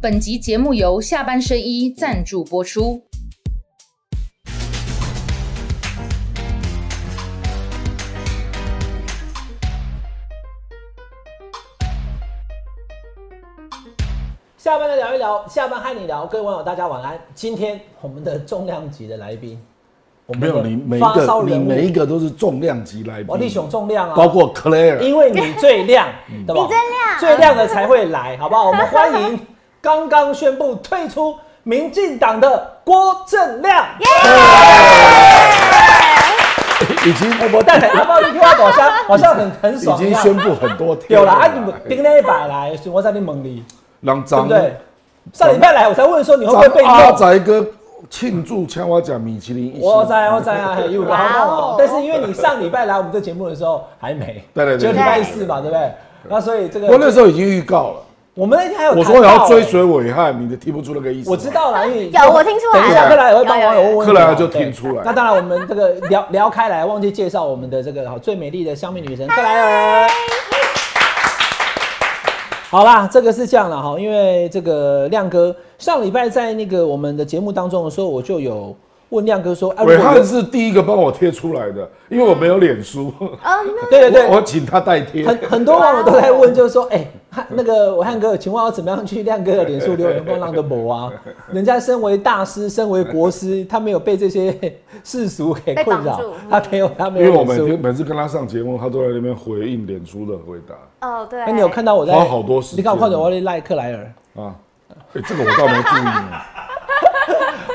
本集节目由下半身衣赞助播出。下班来聊一聊，下班和你聊，各位网友大家晚安。今天我们的重量级的来宾，我没们有的你每一发烧个你人每一物，个都是重量级来宾，我力雄重量啊，包括嗯 Claire， 因为你最亮，对吧？你最亮最亮的才会来，好不好？我们欢迎刚刚宣布退出民进党的郭正亮。已经哎，我带来阿茂你听我好像好像很很已爽一经样。宣布很多天有了啦，啦啊，你们顶那一百来，所以我在你猛里，让对不张对？上礼拜来我才问说你会不会张被阿弄。仔哥庆祝青蛙奖米其林一星， 我在我在啊，有哇然后哦但是因为你上礼拜来我们这节目的时候还没，对对对就礼对拜四嘛，对不对？那所以这个我那时候已经预告了，我们那天还有我说谈我到要追欸随伟汉，你都听不出那个意思。我知，道啦，因为 有我听出来等一下了克莱尔会帮网友问问题嘛克莱尔就听出来对那当然，我们这个聊聊开来，忘记介绍我们的这个好最美丽的香蜜女神克莱尔。好啦，这个是这样了哈，因为这个亮哥上礼拜在那个我们的节目当中的时候，我就有问亮哥说，啊伟汉有是第一个帮我贴出来的，因为我没有脸书，哦，那对对对，我我请他代贴。很很多网友都在问，就是说，哎、汉那个我汉哥，请问要怎么样去亮哥的脸书留言，跟浪的博 啊？人家身为大师，身为国师，他没有被这些世俗给被困绑扰住，他没有，他没因有为我脸每书天。每次跟他上节目，他都在那边回应脸书的回答哦对，哎、你有看到我在？花好多时间你看我快点，我要赖克莱尔。啊。哎，这个我倒没注意，啊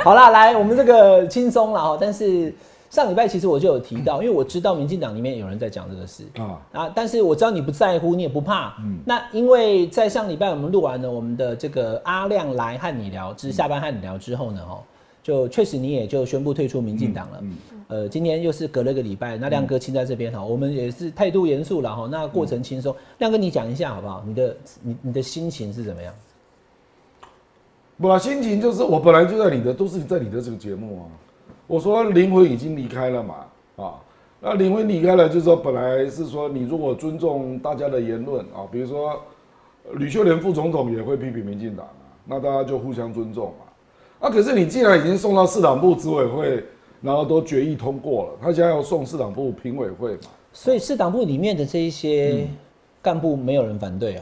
好啦，来，我们这个轻松了哈。但是上礼拜其实我就有提到，因为我知道民进党里面有人在讲这个事啊啊但是我知道你不在乎，你也不怕。嗯那因为在上礼拜我们录完了我们的这个阿亮来和你聊，就是下班和你聊之后呢，嗯哦，就确实你也就宣布退出民进党了。嗯呃，今天又是隔了一个礼拜，那亮哥亲在这边哈，哦我们也是态度严肃了哈，那过程轻嗯松。亮哥，你讲一下好不好？你的你你的心情是怎么样？本来心情就是我本来就在你的，都是在你的这个节目啊。我说林辉已经离开了嘛，啊，那林辉离开了，就是说本来是说你如果尊重大家的言论啊，比如说吕秀莲副总统也会批评民进党啊，那大家就互相尊重嘛。啊，可是你既然已经送到市党部执委会，然后都决议通过了，他现在要送市党部评委会嘛？所以市党部里面的这一些干部没有人反对哦、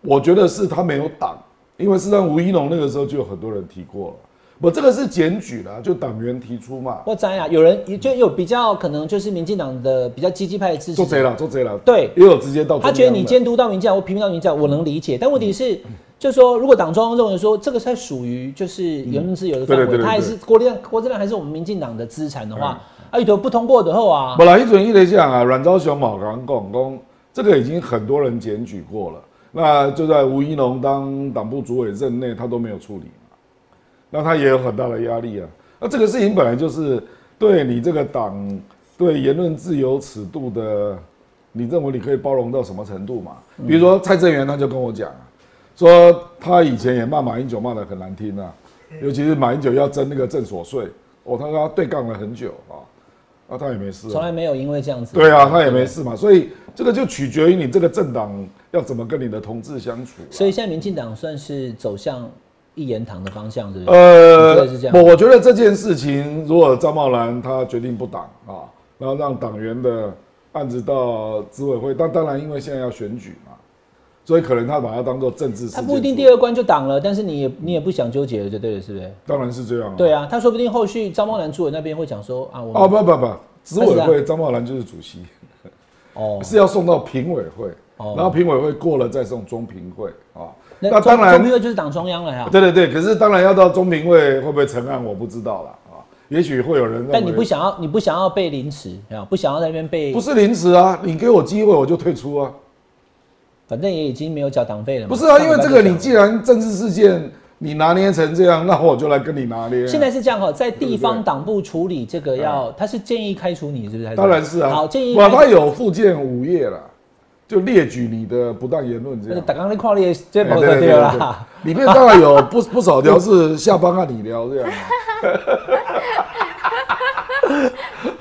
我觉得是他没有党，因为事实上吴一农那个时候就有很多人提过了。我这个是检举啦，就党员提出嘛，我猜啊，有人就有比较可能就是民进党的比较积极派的支持做贼者，了，做贼了，对也有直接到中央的嗯他觉得你监督到民进党或批评到民进党，我能理解。但问题是，就是说如果党中央认为说这个是属于就是言论自由的范嗯对对围，对对嗯他还是郭亮郭正亮还是我们民进党的资产的话，啊，有的不通过的后啊本，来一准一直讲啊，阮昭雄、毛刚共公，这个已经很多人检举过了。那就在吴一农当党部主委任内，他都没有处理嘛，那他也有很大的压力啊。那这个事情本来就是对你这个党对言论自由尺度的，你认为你可以包容到什么程度嘛？比如说蔡正元他就跟我讲、啊，说他以前也骂马英九骂得很难听啊，尤其是马英九要征那个正所税，哦，他跟他对杠了很久啊，啊他也没事、啊，从来没有因为这样子。对啊，他也没事嘛，所以这个就取决于你这个政党要怎么跟你的同志相处、啊所以现在民进党算是走向一言堂的方向，是不是？你觉呃得是这样，我我觉得这件事情，如果张茂兰她决定不挡啊，然后让党员的案子到执委会，但当然因为现在要选举嘛，所以可能他把它当做政治事件处他理。不一定第二关就挡了，但是你也你也不想纠结了，就对了，是不是？当然是这样、啊。对啊，啊，他说不定后续张茂南主委那边会讲说啊，我哦们不不不，执委他是这会张茂兰就是主席，哦是要送到评委会，哦然后评委会过了再送中评会啊。那当中然中，因为就是党中央了呀。对对对，可是当然要到中评会会不会成案，我不知道啦啊，也许会有人认为但你不想要，你不想要被凌迟啊，不想要在那边被，不是临时啊，你给我机会我就退出啊，反正也已经没有缴党费了嘛。不是啊，因为这上个班你就既然政治事件你拿捏成这样，那我就来跟你拿捏啊、现在是这样哈，在地方对啊党部处理这个要，他是建议开除你，是不是？还当然是啊，好，建议哇，开他有附件五页啦，就列举你的不当言论这那样。打刚那块也这哎不得对啦。，里面当然有不不少条是下班和你聊这样啊，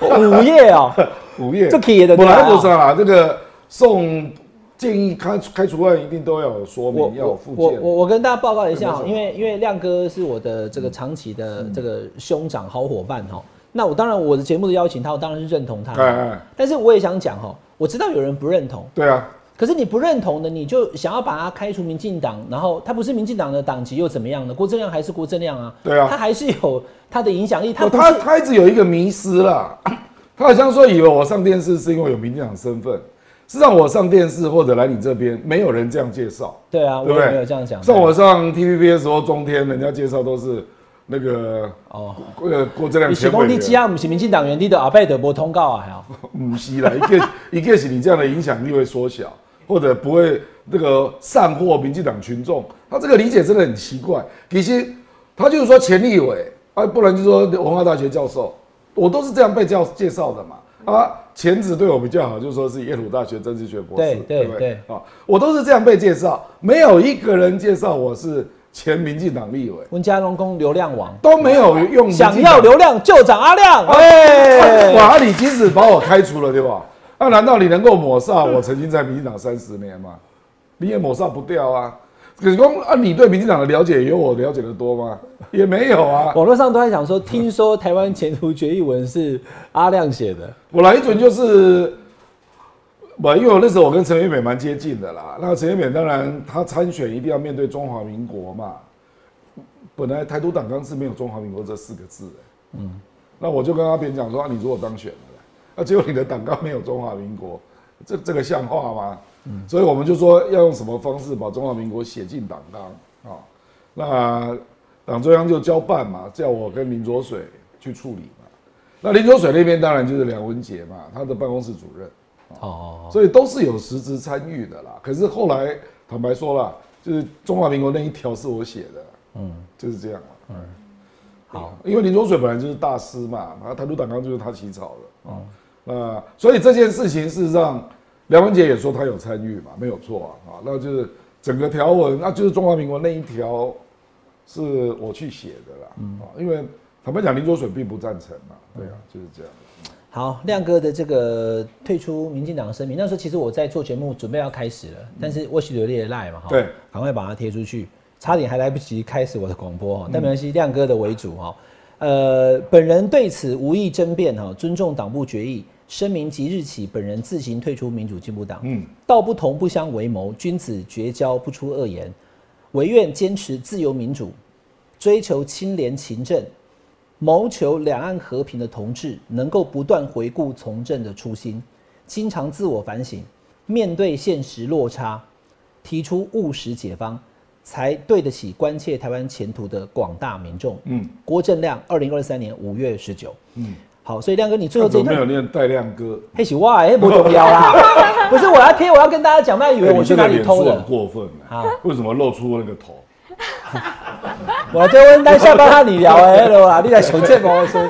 午夜哦，五页这可以的对 本吧啊来就是啦，这个送建议开开除案一定都要有说我明，要有附我件。我我跟大家报告一下哈对没，错因为因为亮哥是我的这个长期的嗯这个兄长好伙伴哈。那我当然我的节目的邀请他，我当然是认同他。哎哎，但是我也想讲哈，我知道有人不认同，对啊，可是你不认同的，你就想要把他开除民进党，然后他不是民进党的党籍又怎么样呢？郭正亮还是郭正亮啊，对啊他还是有他的影响力，他哦不他是他一直有一个迷失啦， 他好像说以为我上电视是因为有民进党身份，是让我上电视或者来你这边，没有人这样介绍，对啊，我对不也对？没有这样讲。像我上 TVBS 或中天，人家介绍都是那个哦，呃郭正亮你是前工地委基员，啊，不是民进党原地的阿贝德波通告啊，还 好。不是啦，一个 一个是你这样的影响力会缩小，或者不会那个散货民进党群众，他这个理解真的很奇怪。其实他就是说前立委啊，不然就说文化大学教授，我都是这样被叫介绍的嘛。啊，前子对我比较好，就说是耶鲁大学政治学博士，对对不对啊，我都是这样被介绍，没有一个人介绍我是前民进党立委，温家龙公流量王，都没有用民进党。想要流量就找阿亮，啊哎、哇，你即使把我开除了，对吧？那、难道你能够抹煞我曾经在民进党三十年吗？你也抹煞不掉啊。可是光啊，你对民进党的了解有我了解的多吗？也没有啊。网络上都在讲说，听说台湾前途决议文是阿亮写的，我来一准就是，不，因为我那时候我跟陈水扁蛮接近的啦。那陈水扁当然他参选一定要面对中华民国嘛。本来台独党纲是没有中华民国这四个字的、嗯，那我就跟阿扁讲说，啊、你如果当选了，那、啊、结果你的党纲没有中华民国，这这个像话吗？所以我们就说要用什么方式把中华民国写进党纲啊、那党中央就交办嘛，叫我跟林卓水去处理嘛。那林卓水那边当然就是梁文杰嘛，他的办公室主任，哦，所以都是有实质参与的啦。可是后来坦白说啦，就是中华民国那一条是我写的，嗯，就是这样啊。嗯，好，因为林卓水本来就是大师嘛，然后台独党纲就是他起草的，嗯，那所以这件事情事实上，梁文杰也说他有参与嘛，没有错啊，啊，那就是整个条文，那就是中华民国那一条是我去写的啦，啊，因为坦白讲，林卓水并不赞成嘛，对啊，就是这样。好，亮哥的这个退出民进党的声明，那时候其实我在做节目，准备要开始了，但是我许流列赖嘛，哈对，赶快把它贴出去，差点还来不及开始我的广播哈，哦但没关系，亮哥的为主哈。呃，本人对此无意争辩哈，尊重党部决议，声明即日起本人自行退出民主进步党。嗯，道不同不相为谋，君子绝交不出恶言，唯愿坚持自由民主，追求清廉勤政，谋求两岸和平的同志，能够不断回顾从政的初心，经常自我反省，面对现实落差，提出务实解方，才对得起关切台湾前途的广大民众。嗯，郭正亮，二零二三年五月十九。嗯，好，所以亮哥，你最后那这怎一么没有段。念带亮哥？嘿，喜哇，哎，不重要 啦，不是我要贴，我要跟大家讲，不然以为哎我你去这哪个里脸偷书的很。过分啊啊！为什么露出那个头？我就问他下班和你聊哎了啦，你来求见我 说，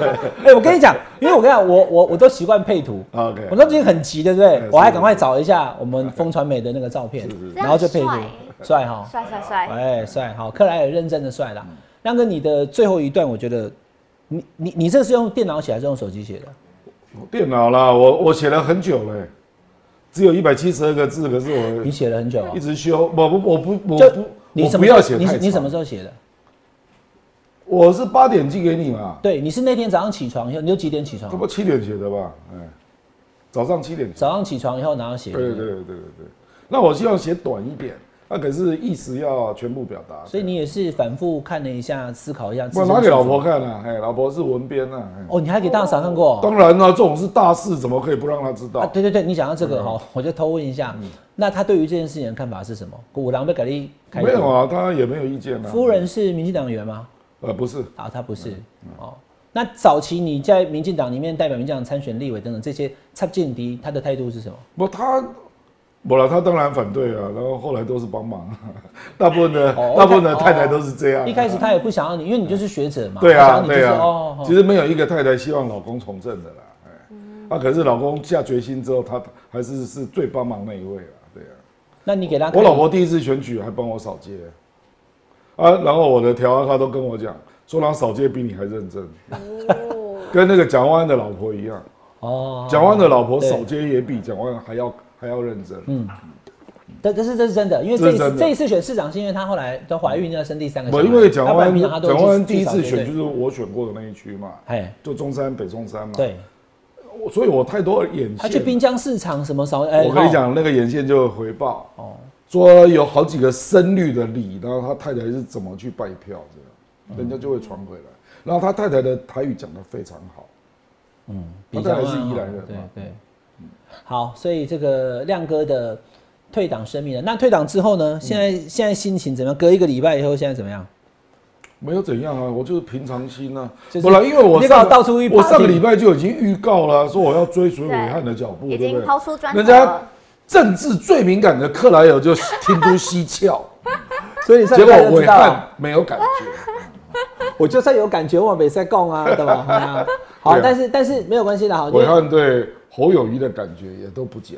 哎、我跟你讲，因为我跟你讲，我我我都习惯配图啊 OK 哎我都最近很急，对不对是？我还赶快找一下我们风传媒的那个照片，然后就配图，帅哈，帅帅帅！哎帅好，克莱尔认真的帅啦。亮哥，你的最后一段，我觉得你你你这是用电脑写还是用手机写的？电脑啦，我我写了很久嘞，只有一百七十二个字，可是你我写了很久啊一、直修。我不，我不，我就不，你我什不么时候要写你太你什么时候？候写的？我是八点寄给你嘛，对，你是那天早上起床以后，你就几点起床这？不七点写的吧？哎，早上七点写的。早上起床以后然后写，对对对对对对。那我希望写短一点，那可是意思要全部表达。所以你也是反复看了一下，思考一下。我拿给老婆看啊，哎，老婆是文编啊。哎哦，你还给大嫂看过？哦当然啊啦，这种是大事，怎么可以不让她知啊，道？对对对，你讲到这嗯个哈、哦我就偷问一下，那他对于这件事情的看法是什么？五郎被改立开除没有，啊，她也没有意见啊。夫人是民进党员吗？呃，不是，啊，他不是、嗯哦。那早期你在民进党里面代表民进党参选立委等等这些插进敌，他的态度是什么？不，他，不了，他当然反对啊，然后后来都是帮忙， 大部分的、哦大部分的哦太太都是这样啊、一开始他也不想要你，因为你就是学者嘛，对他想要，啊你就是对啊，哦，哦其实没有一个太太希望老公从政的啦，哎，嗯啊，可是老公下决心之后，他还是是最帮忙那一位啦，对啊，那你给他看我老婆第一次选举还帮我扫街，啊，然后我的调阿他都跟我讲，说他扫街比你还认真，跟那个蒋万安的老婆一样，哦，蒋万安的老婆对嗯扫街也比蒋万安还要还要认真，但但是这是真的，因为这这是一真次的这一次选市长是因为她后来都怀孕要生第三个小我孩，因为蒋要万不然平常她安都会蒋去万安第一去次找选队就是我选过的那一区嘛，哎，就中山北中山嘛。，对，所以我太多眼线。她去滨江市场什么时候？哎我跟你，哦讲，那个眼线就有回报哦，说有好几个深绿的里，然后他太太是怎么去拜票嗯这样，人家就会传回来。然后他太太的台语讲得非常好，滨她江本啊来是宜兰人嘛对对。好，所以这个亮哥的退党声明了。那退党之后呢？现在现在心情怎么样？隔一个礼拜以后，现在怎么样？没有怎样啊，我就是平常心啊。就是不然因为我你上把我到处一我上个 party 礼拜就已经预告了，说我要追随伟汉的脚步，已对不经对？抛出砖头人家了。政治最敏感的克莱尔就听出蹊跷， 所以你上结礼果拜就伟知道了汉没有感觉。我就算有感觉，我也在供 啊，对吧？哎呀对好，啊但是但是没有关系的，好，因伟为汉对侯友谊的感觉也都不假。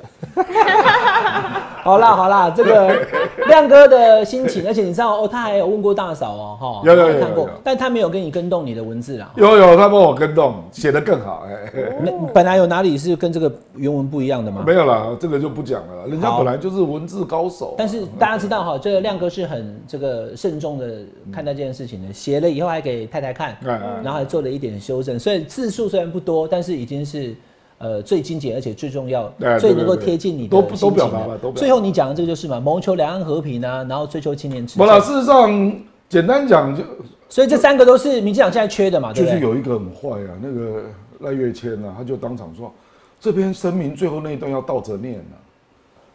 好啦好啦，这个 亮哥的心 情，而且你知道哦，他还有问过大嫂哦，哈，有有有他看过有有，但他没有跟你跟动你的文字啦。有有，他帮我跟动，写得更好。哎、那本来有哪里是跟这个原文不一样的吗？没有啦，这个就不讲了啦。人家哦好本来就是文字高手，啊但是大家知道哈，这个亮哥是很这个慎重的看待这件事情的，写了以后还给太太看，哎哎然后还做了一点修正，所以字数虽然不多，但是已经是呃最精简，而且最重要哎对，最对能够对贴近你的都不都心情表达的了都表达最后你讲的这个就是嘛，谋求两岸和平啊，然后追求青年执不了。政，事实上，简单讲就所以这三个都是民进党现在缺的嘛，对就不是对？有一个很坏啊，那个赖月谦啊，他就当场说，这篇声明最后那一段要倒着念啊。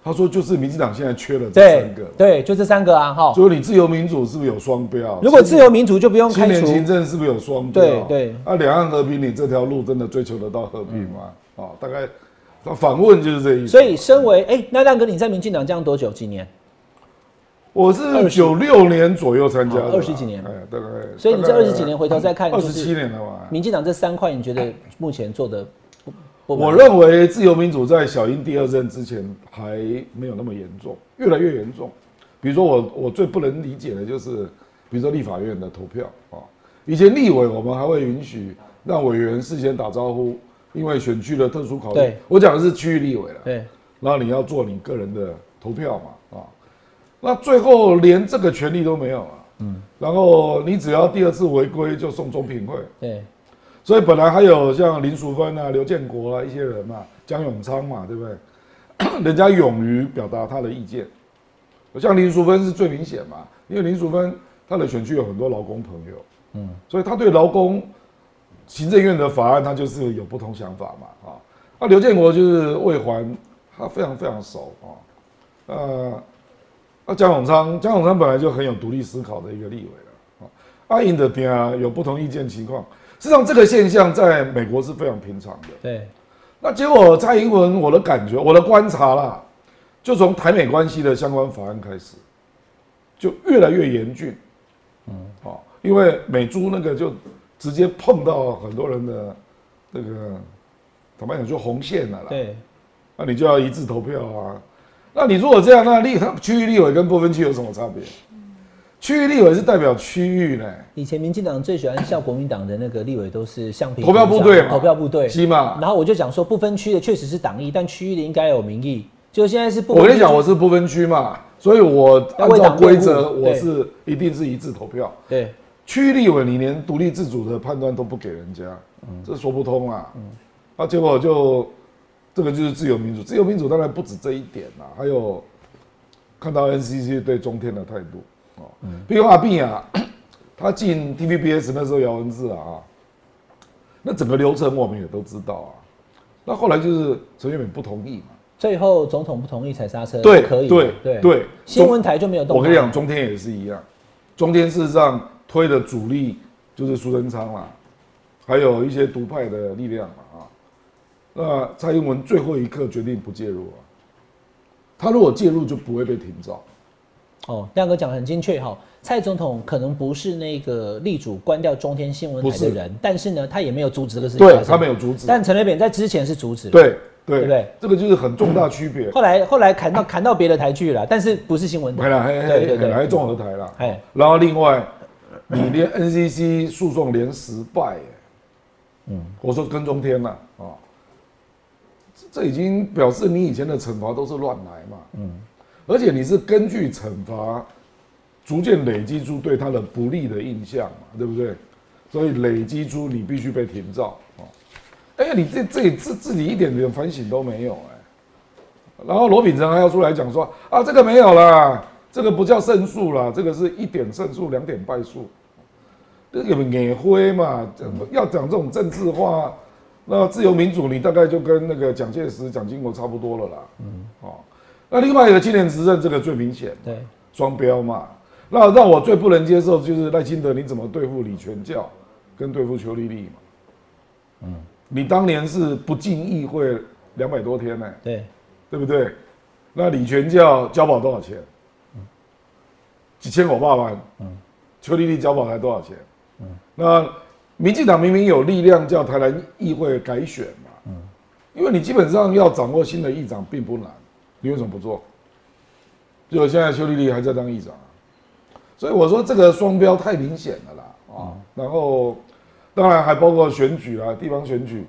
他说就是民进党现在缺了这对三个，对，就这三个啊哈。就是你自由民主是不是有双标？如果自由民主就不用青开年除行，政是不是有双标？对对啊，两岸和平，你这条路真的追求得到和平吗？哦，大概他反问就是这意思。所以身为哎、那亮哥你在民进党这样多久？几年？我是九六年左右参加的啦，哦20几年哎，大概。所以你这大概二十几年回头再看，二就十七是年了吧？民进党这三块，你觉得目前做的不不我满意？认为自由民主在小英第二任之前还没有那么严重，越来越严重。比如说我我最不能理解的就是，比如说立法院的投票啊，以前立委我们还会允许让委员事先打招呼，因为选区的特殊考虑对。我讲的是区域立委了。对，然后你要做你个人的投票嘛，啊，那最后连这个权利都没有了，嗯，然后你只要第二次违规就送中评会，对所以本来还有像林淑芬啊、刘建国啊一些人嘛，江永昌嘛，对不对？人家勇于表达他的意见，像林淑芬是最明显嘛，因为林淑芬她的选区有很多劳工朋友，嗯，所以她对劳工行政院的法案，她就是有不同想法嘛，啊，那刘建国就是魏环，他非常非常熟啊，呃，那江永昌，江永昌本来就很有独立思考的一个立委了，啊，阿英的边啊有不同意见情况，事实上这个现象在美国是非常平常的。对，那结果蔡英文，我的感觉，我的观察啦，就从台美关系的相关法案开始，就越来越严峻。嗯，好，因为美猪那个就直接碰到很多人的这个，坦白讲就红线了啦。对那你就要一致投票啊。那你如果这样，那立区域立委跟不分区有什么差别？区域立委是代表区域呢，以前民进党最喜欢笑国民党的那个立委都是橡皮投票部队嘛投票部队。是嘛？然后我就讲说，不分区的确实是党意，但区域的应该有民意。就现在是不分我区，跟你讲，我是不分区嘛，所以我按为照党辩护规则，我对是一定是一致投票。对区域立委你连独立自主的判断都不给人家，嗯这说不通啊。啊，结果就这个就是自由民主，自由民主当然不止这一点啦、还有看到 NCC 对中天的态度哦，嗯比如阿碧啊，他进 TVBS 那时候姚文智啊，那整个流程我们也都知道啊。那后来就是陈建敏不同意嘛，最后总统不同意踩刹车，对呃可以，啊对对对新闻台就没有动。我跟你讲，，中天也是一样，中天事实上推的主力就是苏贞昌啦，还有一些独派的力量嘛啊。那蔡英文最后一刻决定不介入啊，他如果介入就不会被停照。哦，亮哥讲得很精确哈、蔡总统可能不是那个力主关掉中天新闻台不的是人，但是呢，他也没有阻止这个事情发对生，他没有阻止。但陈水扁在之前是阻止，，对对对不对这个就是很重大区别。后来后来砍到砍到别的台去了，但是不是新闻没台，了，嘿对嘿对嘿，对来综合台啦。哎，哦然后另外，你连 NCC 诉讼连十败，嗯，我说跟中天了啊，这这已经表示你以前的惩罚都是乱来嘛，嗯，而且你是根据惩罚逐渐累积出对他的不利的印象嘛，对不对？所以累积出你必须被停照哦。哎、呀，你这这自自己一点点反省都没有哎、然后罗秉成还要出来讲说啊，这个没有啦，这个不叫胜诉啦，这个是一点胜诉，两点败诉。这个野灰嘛，讲要讲这种政治化，那自由民主你大概就跟那个蒋介石、蒋经国差不多了啦。嗯，哦，那另外一个今年执政这个最明显，对，双标嘛。那让我最不能接受就是赖清德你怎么对付李全教，跟对付邱丽丽嘛。嗯，你当年是不进议会两百多天呢、对，对不对？那李全教交保多少钱？几千五百万。嗯，邱丽丽交保才多少钱？嗯，那民进党明明有力量叫台南议会改选嘛。嗯，因为你基本上要掌握新的议长并不难，你为什么不做？就现在邱丽丽还在当议长啊、所以我说这个双标太明显了啦啊、然后当然还包括选举啊，地方选举，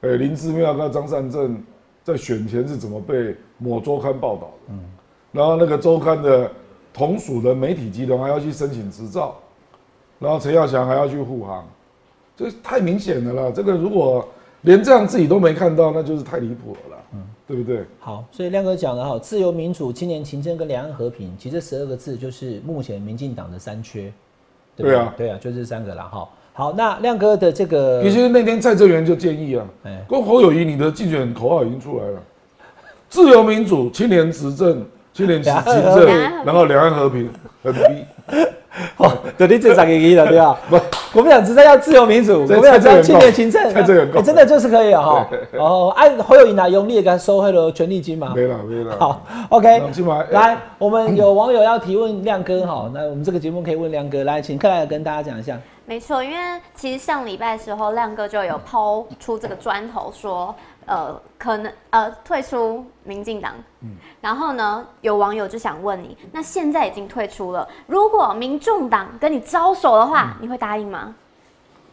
呃、林志妙跟张善政在选前是怎么被某周刊报道的，然后那个周刊的同属的媒体集团还要去申请执照，然后陈耀祥还要去护航，这太明显了啦！这个如果连这样自己都没看到，那就是太离谱了啦，对不对？好，所以亮哥讲的好，自由民主、青年勤政跟两岸和平，其实这十二个字就是目前民进党的三缺，不对啊对啊，就这三个啦。哈，好，那亮哥的这个也就是那天蔡正元就建议啊哎，跟侯友谊你的竞选口号已经出来了：自由民主、青年执政、青年执两行岸政和，平然后两岸和平，很逼。 哦，对，你至少给一了，对 吧？不，我们想执政要自由民主，我这们想蔡要这青个年很勤政，够蔡这个很够哎真的就是可以啊哈 对。哦，按侯友宜拿用力给他收回了权利金嘛。没了没了。好，OK，那起码来，我们有网友要提问亮哥哈，那我们这个节目可以问亮哥，来，请克莱尔跟大家讲一下。没错，因为其实上礼拜的时候，亮哥就有抛出这个砖头说，呃，可能呃退出民进党。然后呢，有网友就想问你，那现在已经退出了，如果民众党跟你招手的话，你会答应吗？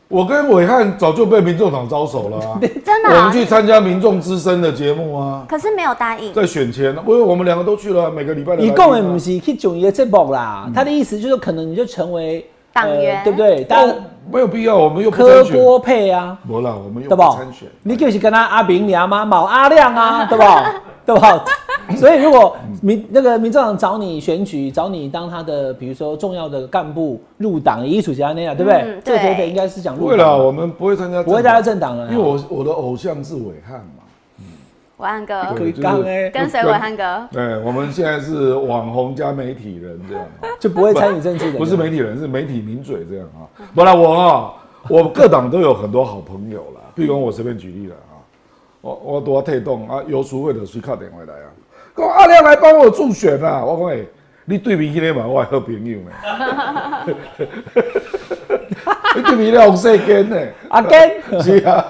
我跟伟汉早就被民众党招手了、 啊，真的我啊、们去参加民众之声的节目啊，可是没有答应。在选前，因为我们两个都去了啊，每个礼拜的来嗯你宾啊。共的不是去上一个节目啦，他的意思就是可能你就成为呃党员对不对？但当哦没有必要，我们又不柯参选。郭配啊，不啦，我们又对不吧参选？。你就是跟他阿炳娘嘛，某阿亮 啊，对吧？对吧？所以如果民那个民众党找你选举，找你当他的比如说重要的干部入党，艺术家那样，对不对？嗯这个对得应该是讲不入会党啦，吧，我们不会参加，不会加入，政党了啦，因为我我的偶像是伟汉嘛。伟汉哥对可以刚哎跟随伟汉哥，对，我们现在是网红加媒体人这样啊，就不会参与政治的人，不是媒体人，是媒体名嘴这样啊。不啦，我啊，我各党都有很多好朋友啦。譬如讲我随便举例了啊，我我多推动啊，游淑慧的谁打电话来啊，跟我阿亮来帮我助选啊。我讲诶、欸你对面迄个嘛，我的好朋友呢。 你对面那红色根呢？阿根。是啊，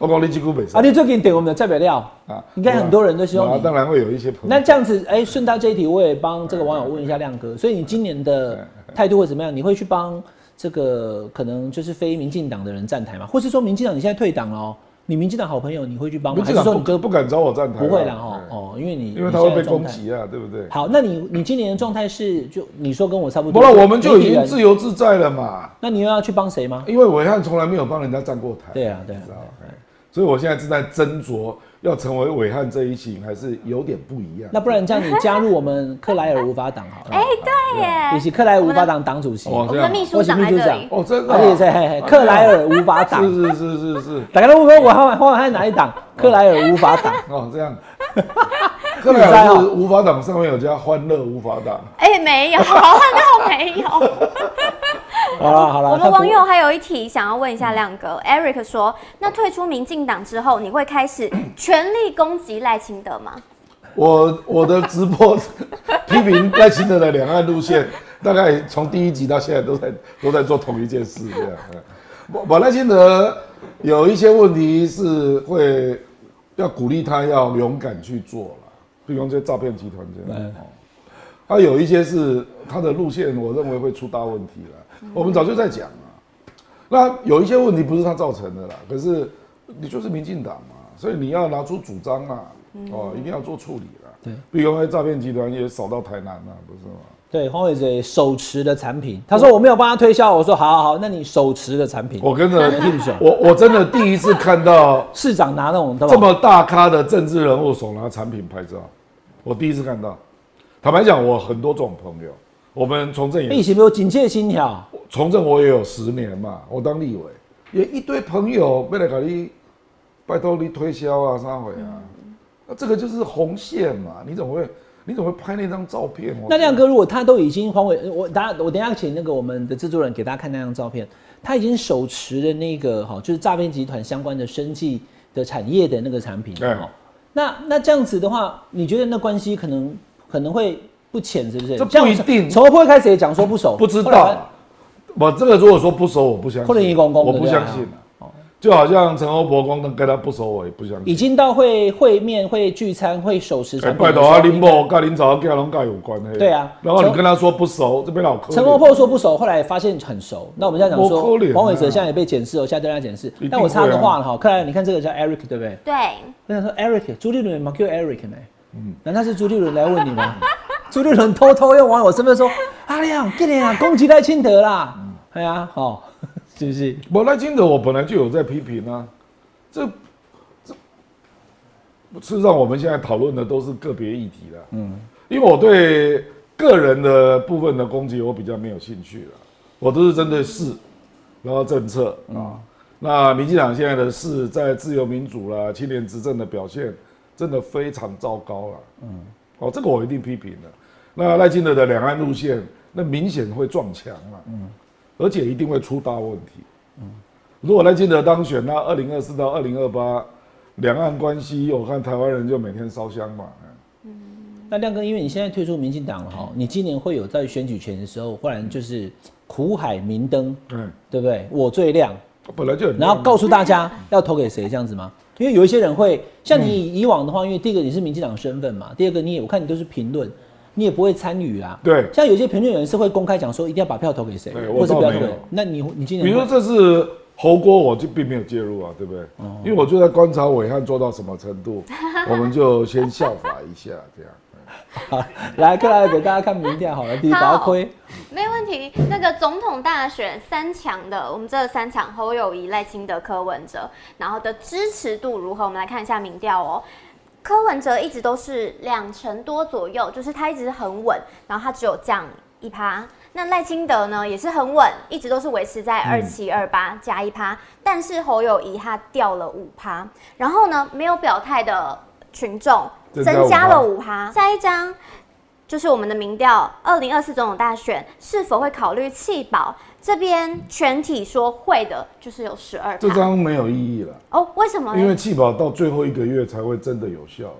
我讲你这句袂啊，你最近点我们的代表料啊应该很多人都希望啊你当然会有一些朋友。那这样子，哎、顺道这一题，我也帮这个网友问一下亮哥，所以你今年的态度会怎么样？你会去帮这个可能就是非民进党的人站台吗？或是说民进党你现在退党了、哦，你民进党好朋友你会去帮吗？民还进是党说不你哥不敢找我站台啊，不会啦哦哎哦，因为你因为他会你被攻。现在的状态击啊，对不对？好，那你你今年的状态是就你说跟我差不不多，然我们就已媒体经人自由自在了嘛，那你又要去帮谁吗？因为伟汉从来没有帮人家站过台，对啊对啊你知道吗哎所以我现在正在斟酌要成为伟汉这一型，还是有点不一样。那不然这样，你加入我们克莱尔无法党好了，哎、对耶，也是克莱尔无法党党主席，哦我们的秘书长我是在秘书这长里，哦，真的而啊且在嘿嘿 克莱尔无法党。是是是 是是大家都问我后后来哪一档？克莱尔无法党。哦，这样。克莱尔哦是无法党上面有加欢乐无法党，哎、没有，好汉哥没有。好了好了， 我他们不网友还有一题想要问一下亮哥、e r i c 说，那退出民进党之后，你会开始全力攻击赖清德吗？我我的直播批评赖清德的两岸路线，大概从第一集到现在都在都在做同一件事这样。嗯我我赖清德有一些问题是会要鼓励他要勇敢去做了，比如这些诈骗集团这样。哦他有一些是他的路线，我认为会出大问题了。我们早就在讲啊了，那有一些问题不是他造成的啦，可啊是你就是民进党嘛，所以你要拿出主张啦，哦，一定要做处理啦。对嗯碧根威诈骗集团也扫到台南了、不是吗？对，黄伟哲手持的产品，他说我没有帮他推销，我说好好好，那你手持的产品，我跟着你信不信我我真的第一次看到市长拿那种这么大咖的政治人物手拿产品拍照，我第一次看到。坦白讲，我很多这种朋友，我们从政疫也情没有警戒心条，从政我也有十年嘛，我当立委也一堆朋友为了给你拜托你推销啊啥回啊，那这个就是红线嘛，你怎么会你怎么会拍那张照片？我那亮哥，如果他都已经黄伟，我大家我等一下请那个我们的制作人给大家看那张照片，他已经手持的那个哈，就是诈骗集团相关的生计的产业的那个产品对哈。那那这样子的话，你觉得那关系可能可能会不浅，是不是？这不像一定从会不会开始也讲说不熟，不知后道来啊。我这个如果说不熟，我不相信。或者你公公我对不不对相信啊。就好像陈欧伯公跟他不熟，我也不相已信。经到会会面、会聚餐、会手持哎产品拜的时托候。啊，林某跟林朝跟龙盖有关系。对啊然后你陈跟他说不熟，这边老客。陈国破说不熟，后来发现很熟。那我们现在讲不说可能，啊黄伟哲现在也被检视哦，现在对他检视一定会啊。但我插个话了哈，克莱，你看这个叫 Eric 对不对？对，我想嗯说 Eric，朱立伦嘛叫 Eric 呢？难道是朱立伦来问你吗？ 朱立伦偷偷用网友身份说：“阿亮，今年啊，攻击赖清德啦！”嗯哎呀，好， 是不是？我赖清德，我本来就有在批评啊，这这，事实上我们现在讨论的都是个别议题了。嗯，因为我对个人的部分的攻击，我比较没有兴趣了，我都是针对事，然后政策啊。那民进党现在的事，在自由民主啦、青年执政的表现，真的非常糟糕了。嗯，哦，这个我一定批评的。那赖清德的两岸路线，那明显会撞墙了。嗯，而且一定会出大问题。如果赖清德当选，那二零二四到二零二八，两岸关系，我看台湾人就每天烧香嘛。哎那亮哥，因为你现在退出民进党了哈，嗯你今年会有在选举前的时候，忽然就是苦海明灯，嗯，对不对？我最亮，本来就很然后告诉大家要投给谁这样子吗？因为有一些人会像嗯你以往的话，因为第一个你是民进党身份嘛，第二个你也我看你都是评论，你也不会参与啦。对像有些评论员是会公开讲说一定要把票投给谁对，或我是倒不要投给没有。那你你今年比如说这次侯锅，我就并没有介入啊，对不对？哦因为我就在观察伟汉做到什么程 度，我们就先效法一下，这样。好来克莱尔给大家看民调好了，第一把它推没问题。那个总统大选三强的，我们这三强侯友谊、赖清德、柯文哲，然后的支持度如何？我们来看一下民调哦。柯文哲一直都是两成多左右，就是他一直很稳，然后他只有降一趴。那赖清德呢也是很稳，一直都是维持在二七二八加一趴，但是侯友谊他掉了五趴，然后呢没有表态的群众增加增加5%了五趴。下一张就是我们的民调，二零二四总统大选是否会考虑弃保？这边全体说会的，就是有十二这趴。张没有意义了，哦，为什么呢？因为弃保到最后一个月才会真的有效了。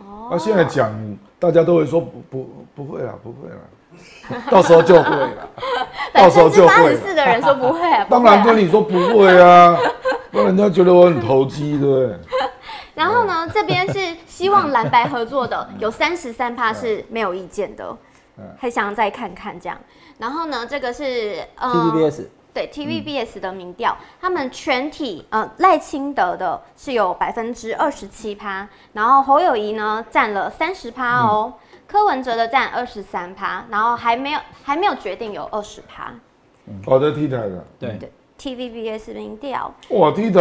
啊哦那现在讲，大家都会说不不不会啦，不会啦，到时候就会 了，到时候就八会十了四。的人 说不会啊，不会啊当然跟你说不会啊，不然人家觉得我很投机，对不对？然后呢，这边是希望蓝白合作的，有三十三趴是没有意见的，嗯还想再看看这样。然后呢，这个是呃 TVBS，嗯对 TVBS 的民调，他们全体呃赖清德的是有百分之二十七趴，然后侯友谊呢占了三十趴嗯哦，柯文哲的占二十三趴，然后还没有还没有决定有二十趴。我哦在 T 台的，对，对 TVBS 民调，哇，T 台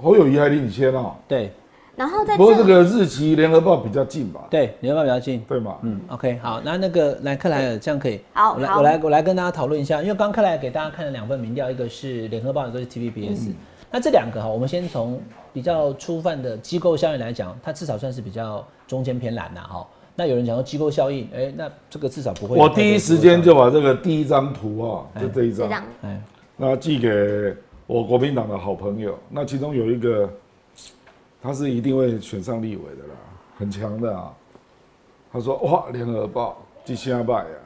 侯友谊还领先哦。对然后在不过这这个日期联合报比较近吧？对，你要不要比较近？对嘛？嗯，OK，好，那那个来克莱尔这样可以。好我来好我来我来跟大家讨论一下，因为刚刚克莱尔给大家看了两份民调，一个是联合报，一个是 TVBS。那这两个哈，我们先从比较初犯的机构效应来讲，它至少算是比较中间偏蓝呐哈。那有人讲说机构效应，哎、那这个至少不会。我第一时间就把这个第一张图啊，就这一这张，样哎，那寄给我国民党的好朋友。那其中有一个，他是一定会选上立委的啦，很强的啊。他说：“哇，联合报第下败啊，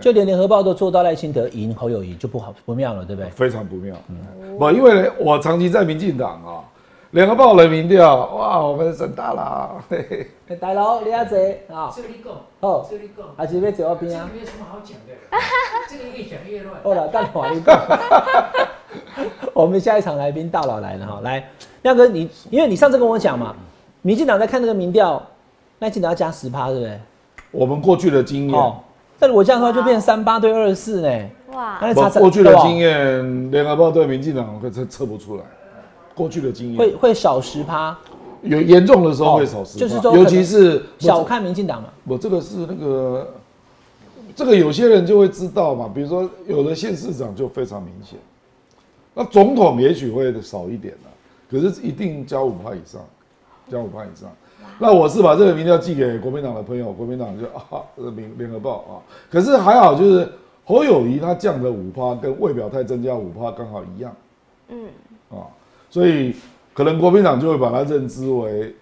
就连联合报都做到赖清德赢侯友谊就不好不妙了，对不对？非常不妙。不，因为呢我长期在民进党啊，联合报的民调，哇，我们省大啦， 嘿嘿哎大佬，你要坐啊？这里够，哦，这里够，还是要坐我这边个啊？哦没有什么好讲 的，这个越讲越乱。好了，大佬你讲。我们下一场来宾嗯大佬来了哈，来亮哥你，因为你上次跟我讲嘛，民进党在看那个民调，赖清德要加十趴，对不对？我们过去的经验哦，，但如果这样的话就变哇三八对二十四呢？啊哇，那我查查过去的对吧经验，联合报对民进党测测不出来，过去的经会验会少十趴，有严重的时候会少十哦就是趴，说尤其是小看民进党嘛。我这个是那个，这个有些人就会知道嘛，比如说有的县市长就非常明显，那总统也许会少一点啦，啊可是一定加五趴以上，加五趴以上。那我是把这个民调寄给国民党的朋友，国民党就啊，这联联合报啊，可是还好就是侯友谊他降了五趴，跟未表态增加五趴刚好一样嗯，啊，所以可能国民党就会把它认知为，事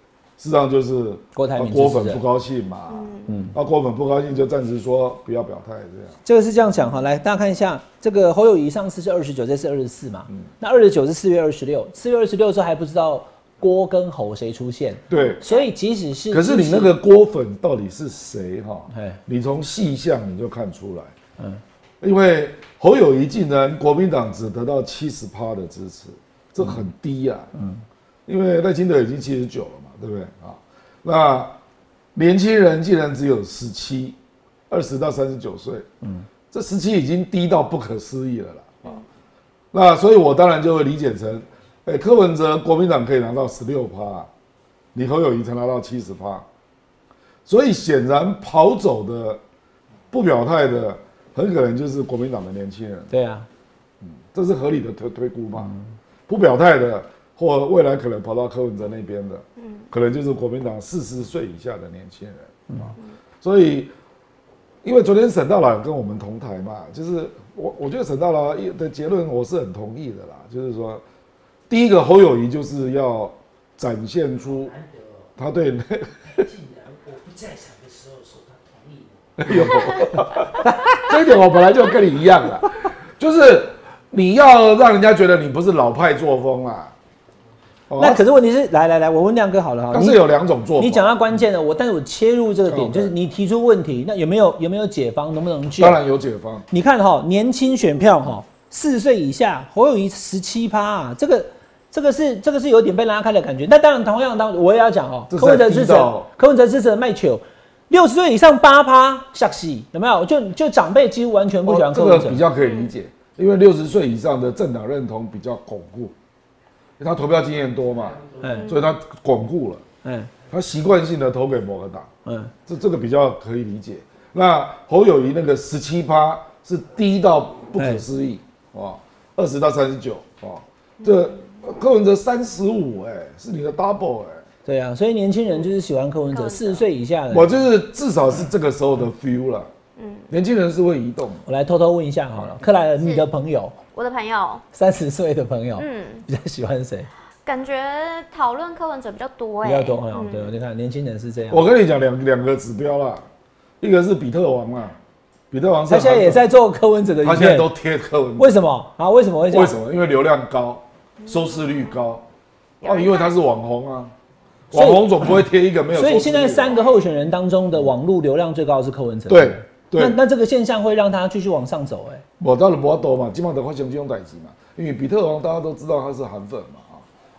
实上就是郭台铭啊郭支持粉者不高兴嘛，嗯那郭粉不高兴就暂时说不要表态这样。这个是这样讲哈，来大家看一下，这个侯友谊上次是二十九，这次二十四嘛。嗯那二十九是四月二十六，四月二十六的时候还不知道郭跟侯谁出现，对，所以即使是可是你那个郭粉到底是谁哈哎？你从细项你就看出来。嗯，因为侯友谊竟然国民党只得到七十趴的支持，这很低啊。嗯，因为赖清德已经七十九了嘛，对不对啊？那年轻人竟然只有十七，二十到三十九岁，嗯，这十七已经低到不可思议了啦。啊，那所以我当然就会理解成，哎、柯文哲国民党可以拿到十六趴。你侯友谊才拿到七十趴，所以显然跑走的、不表态的，很可能就是国民党的年轻人，对啊，这是合理的推推估嘛？不表态的，或未来可能跑到柯文哲那边的，可能就是国民党四十岁以下的年轻人啊。所以，因为昨天沈大佬有跟我们同台嘛，就是我我觉得沈大佬的结论我是很同意的啦，就是说，第一个侯友谊就是要展现出难得哦，他对那竟然我不在场的时候说他同意我，有， 这一点我本来就跟你一样了，就是你要让人家觉得你不是老派作风啦。哦那可是问题是，来来来，我问亮哥好了哈，但你是有两种做法，你讲到关键了，我但是我切入这个点， OK 就是你提出问题，那有没有有没有解方，能不能救？当然有解方，你看哈、年轻选票哈、四十岁以下，侯友谊十七趴啊，这个这个是这个是有点被拉开的感觉。那当然，同样当我也要讲哦，这是柯文哲支低持到，柯文哲支持的卖球，六十岁以上八趴，吓死，有没有？就就长辈几乎完全不喜欢哦柯这文个哲，比较可以理解，因为六十岁以上的政党认同比较巩固，因为他投票经验多嘛，嗯所以他巩固了，嗯他习惯性的投给某个党，嗯，这这个比较可以理解。那侯友谊那个十七趴是低到不可思议啊，二十到三十九啊，这柯文哲三十五哎，是你的 double 哎、对啊，所以年轻人就是喜欢柯文哲，柯文哲四十岁以下的。我就是至少是这个时候的 feel 了。嗯，年轻人是会移动的，我来偷偷问一下好了，克莱尔，你的朋友我的朋友，三十岁的朋友、嗯，比较喜欢谁？感觉讨论柯文哲比较多哎，比较多嗯朋友，对，你看年轻人是这样。我跟你讲两两个指标啦，一个是比特王啊，比特王是他现在也在做柯文哲的影他片，现在都贴柯文哲，为什么啊？为什么会这样？为什么？因为流量高，收视率高，有哦，人因为他是网红啊，所以网红总不会贴一个没有收视率所的吧。以现在三个候选人当中的网络流量最高的是柯文哲。对对那，那这个现象会让他继续往上走、哎，我当然不要多嘛，基本上都发生这种代志嘛。因为比特王大家都知道他是韩粉嘛啊。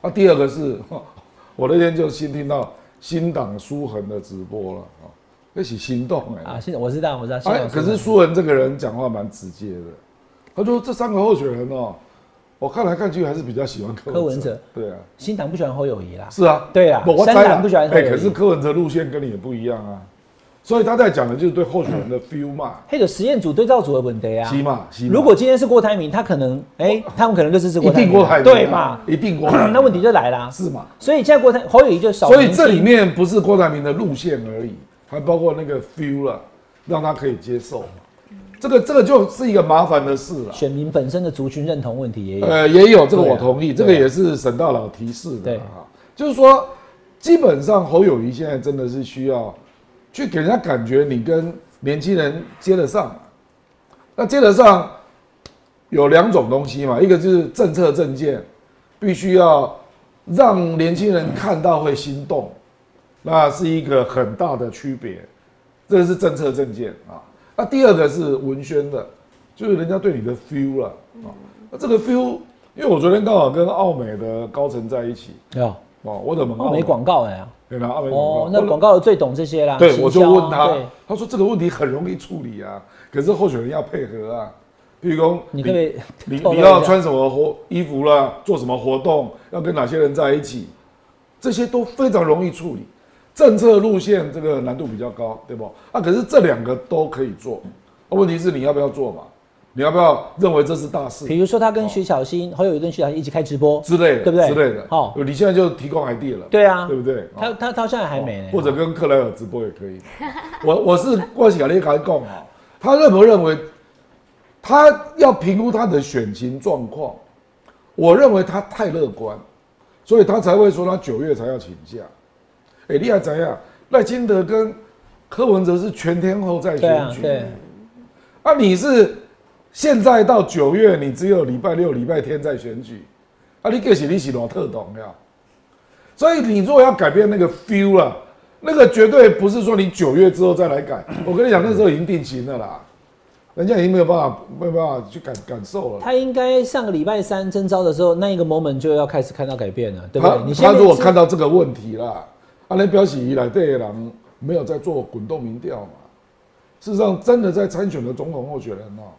啊，第二个是， 我那天就新听到新党舒恒的直播了啊，一起心动哎、啊，现在我知道，我知道。现在哎，我知可道是舒恒这个人讲话蛮直接的，他说这三个候选人哦，我看来看去还是比较喜欢柯柯文文哲哲。对啊，新党不喜欢侯友谊啦，是啊，对啊不我三猜党啦不喜欢柯哎，文哲可是柯文哲路线跟你也不一样啊，所以他在讲的就是对候选人的 feel 嘛，还有实验组对照组的问题啊。西嘛西嘛。如果今天是郭台铭，他可能哎、他们可能就支持哦一郭台铭，定郭台铭啊对嘛？嗯一定郭台铭啊 那问题就来啦，是嘛？所以现在郭台侯友谊就少所以年轻，这里面不是郭台铭的路线而已，还包括那个 feel 了，让他可以接受嘛。这个这个就是一个麻烦的事了。选民本身的族群认同问题也有。呃，也有这个对啊我同对意，啊这个也是沈大佬提示的对啊，就是说，基本上侯友谊现在真的是需要去给人家感觉你跟年轻人接得上嘛。那接得上有两种东西嘛，一个就是政策政见，必须要让年轻人看到会心动，那是一个很大的区别，这个是政策政见啊。那第二个是文宣的，就是人家对你的 feel 了啊。那这个 feel，因为我昨天刚好跟澳美的高层在一起，有哦，我怎么澳美广告哎呀，对啦，澳美广告哦，，那我广告最懂这些啦。对行我就销啊问他对，他说这个问题很容易处理啊，可是候选人要配合啊，譬如说你可不可以你透露你一要下穿什么活衣服啦，做什么活动，要跟哪些人在一起，这些都非常容易处理。政策路线这个难度比较高，对不？啊，可是这两个都可以做，啊问题是你要不要做嘛？你要不要认为这是大事比如说他哦跟徐小新、侯友谊跟徐小新一起开直播，之类的，对不对之类的。好你现在就提供 idea 了，对啊对不对？哦他他他现在还没呢，或者跟克莱尔直播也可以。 我我是关系列卡讲啊，他认不认为他要评估他的选情状况？我认为他太乐观，所以他才会说他九月才要请假。哎、你还怎样？赖清德跟柯文哲是全天候在对选啊举，对，啊，你是现在到九月，你只有礼拜六、礼拜天在选举，啊，你个是你是老特懂呀。所以你如果要改变那个 feel 啊，那个绝对不是说你九月之后再来改。我跟你讲，那时候已经定型了啦，人家已经没有办法没有办法去感感受了。他应该上个礼拜三征招的时候，那一个 moment 就要开始看到改变了，对不他对？你现他在如果是看到这个问题啦，阿雷表示以来对人没有在做滚动民调嘛，事实上真的在参选的总统候选人哦、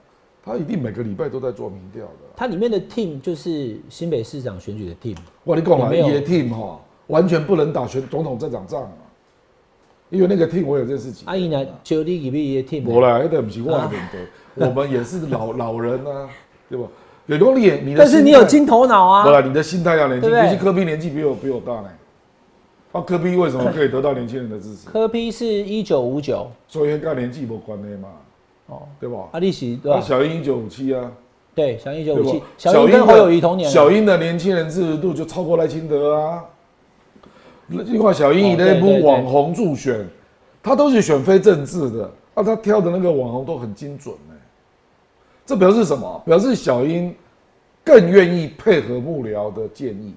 他一定每个礼拜都在做民调的。它里面的 team 就是新北市长选举的 team，我跟你讲啊，有没有野 team 哈，完全不能打选总统这场仗啊，因为那个 team 我有认识几个阿姨呢就啊你里啊面的无 team，啦，那个不是我的问题，我们也是老 老人啊，对吧？有功你也你的，但是你有金，头脑无啊，啦，你的心态要年轻，对不对尤其科比年纪比我比我大呢。啊，科比为什么可以得到年轻人的支持？科批是一九五九所以跟年纪没关系嘛，哦，对吧？阿利息对啊，吧？小英一九五七啊，对，小英一九对五吧七，小英跟的侯友谊同年啊，小英的年轻人支持度就超过赖清德啊。另外，小英哦那对对部对网红助选，他都是选非政治的，啊，他挑的那个网红都很精准呢、这表示什么？表示小英更愿意配合幕僚的建议，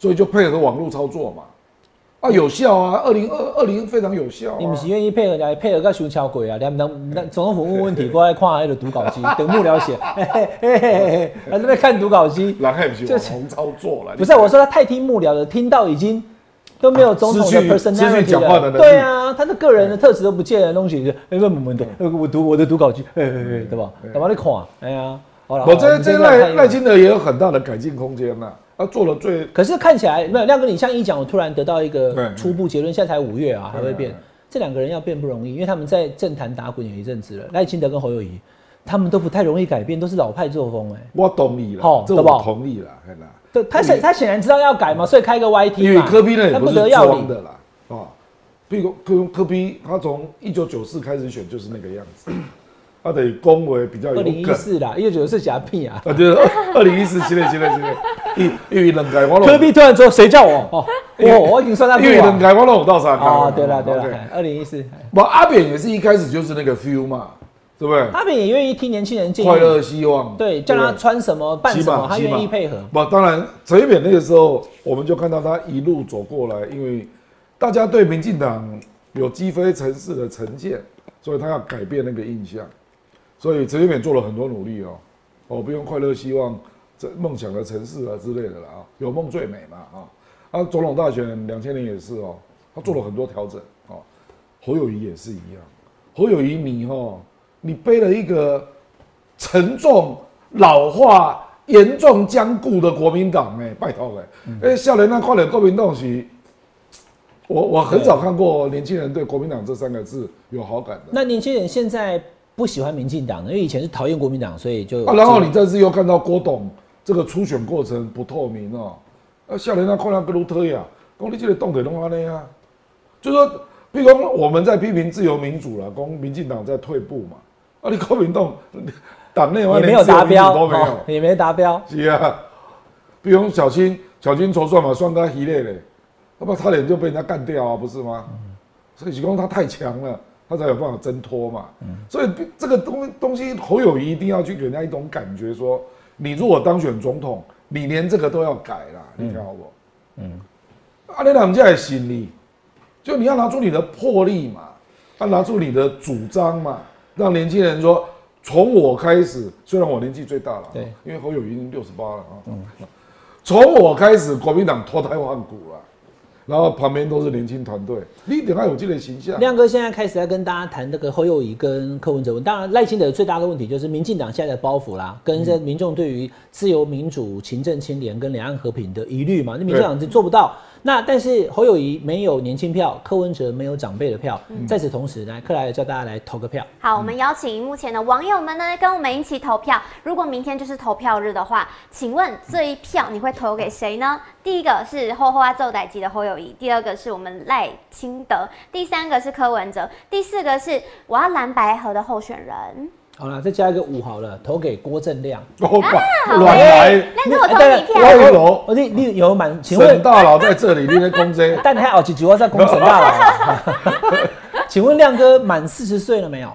所以就配合网络操作嘛。啊，有效啊！二零二二零非常有效、啊。你们是愿意配合来配合个熊桥鬼啊？两两两总统府问问 题，过来看那个读稿机，等幕僚写， 嘿嘿嘿嘿嘿，还在那边看读稿机。狼汉不是网红操作了，不是，我说他太听幕僚了，听到已经都没有总统失的去 personality 失去讲话的能力对啊，他的个人的特质都不见了，东西就哎问我们的，呃我读我的读稿机，哎哎哎，对吧？干嘛你看？哎呀，好了，我好啦这你这个看赖一赖看清德也有很大的改进空间呐、他做了最可是看起来没有亮哥，你像一讲，我突然得到一对个对初步结论，现在才五月啊，还会变对对。这两个人要变不容易，因为他们在政坛打滚有一阵子了，赖清德跟侯友谊，他们都不太容易改变，都是老派作风哎、我懂你了，哦这对我吧同意了，嘿啦，对，他显他显然知道要改嘛，所以开个 YT 嘛。嗯因为科比呢也他不不是得要装领，的啦，啊，譬如科科比他从一九九四开始选就是那个样 子，他得恭维比较有二零一梗，四啦，一九九四假屁啊。啊，就是二零一四系列系列系 列，因因为两届我科比突然说：“谁叫我？哦，我我已经算他因为两过届啊。我拢有到三”哦，对了对，OK 了，二零一四，不阿扁也是一开始就是那个 feel 嘛，对不对？阿扁也愿意听年轻人建议，快乐希望，对，叫不他穿什么办起什码么，他起码愿意配合。不，当然，陈水扁那个时候，我们就看到他一路走过来，因为大家对民进党有击飞城市的成见，所以他要改变那个印象。所以陈水扁做了很多努力哦，哦，不用快乐希望这梦想的城市啊之类的了啊，有梦最美嘛啊。啊，总统大选两千年也是哦，他做了很多调整哦。侯友谊也是一样，侯友谊你哦，你背了一个沉重、老化、严重僵固的国民党哎、拜托哎、哎，笑人那快点国民党是，我我很少看过年轻人对国民党这三个字有好感的。那年轻人现在不喜欢民进党的，因为以前是讨厌国民党，所以就啊，然后你这次又看到郭董这个初选过程不透明哦，啊，笑人那看人格如推啊，讲你这个动得弄安尼啊，就说，譬如讲我们在批评自由民主了，讲民进党在退步嘛，啊，你国民党党内也外没连有自由达民主标，都没有哦，也没达标。是啊，比如小青，小青筹算嘛，算他一类嘞，那么差点就被人家干掉啊，不是吗？所以许光他太强了，他才有办法挣脱嘛。所以这个东东西，侯友谊一定要去给人家一种感觉说你如果当选总统，你连这个都要改啦，你看好不？嗯，啊，你哪家也行你，就你要拿出你的魄力嘛，要拿出你的主张嘛，让年轻人说从我开始，虽然我年纪最大了，对，因为侯友谊六十八了啊，从我开始，国民党脱胎换骨了，然后旁边都是年轻团队，你一定要有这类形象。亮哥现在开始在跟大家谈这个侯友谊跟柯文哲问题，当然赖清德最大的问题就是民进党现在的包袱啦，跟这民众对于自由民主、勤政清廉跟两岸和平的疑虑嘛，那民进党就做不到。那但是侯友谊没有年轻票，柯文哲没有长辈的票。嗯在此同时，来克莱尔叫大家来投个票。好，我们邀请荧幕前的网友们呢，跟我们一起投票。如果明天就是投票日的话，请问这一票你会投给谁呢？第一个是后后啊奏歹级的侯友谊，第二个是我们赖清德，第三个是柯文哲，第四个是我要蓝白河的候选人。好了，再加一个五好了，投给郭正亮。我把好乱来，那如果投哎你对票，我有我你你有满？请沈问，大佬在这里，你在攻击。 但哦还好几句话在攻沈大佬。啊 请问亮哥满四十岁了没有？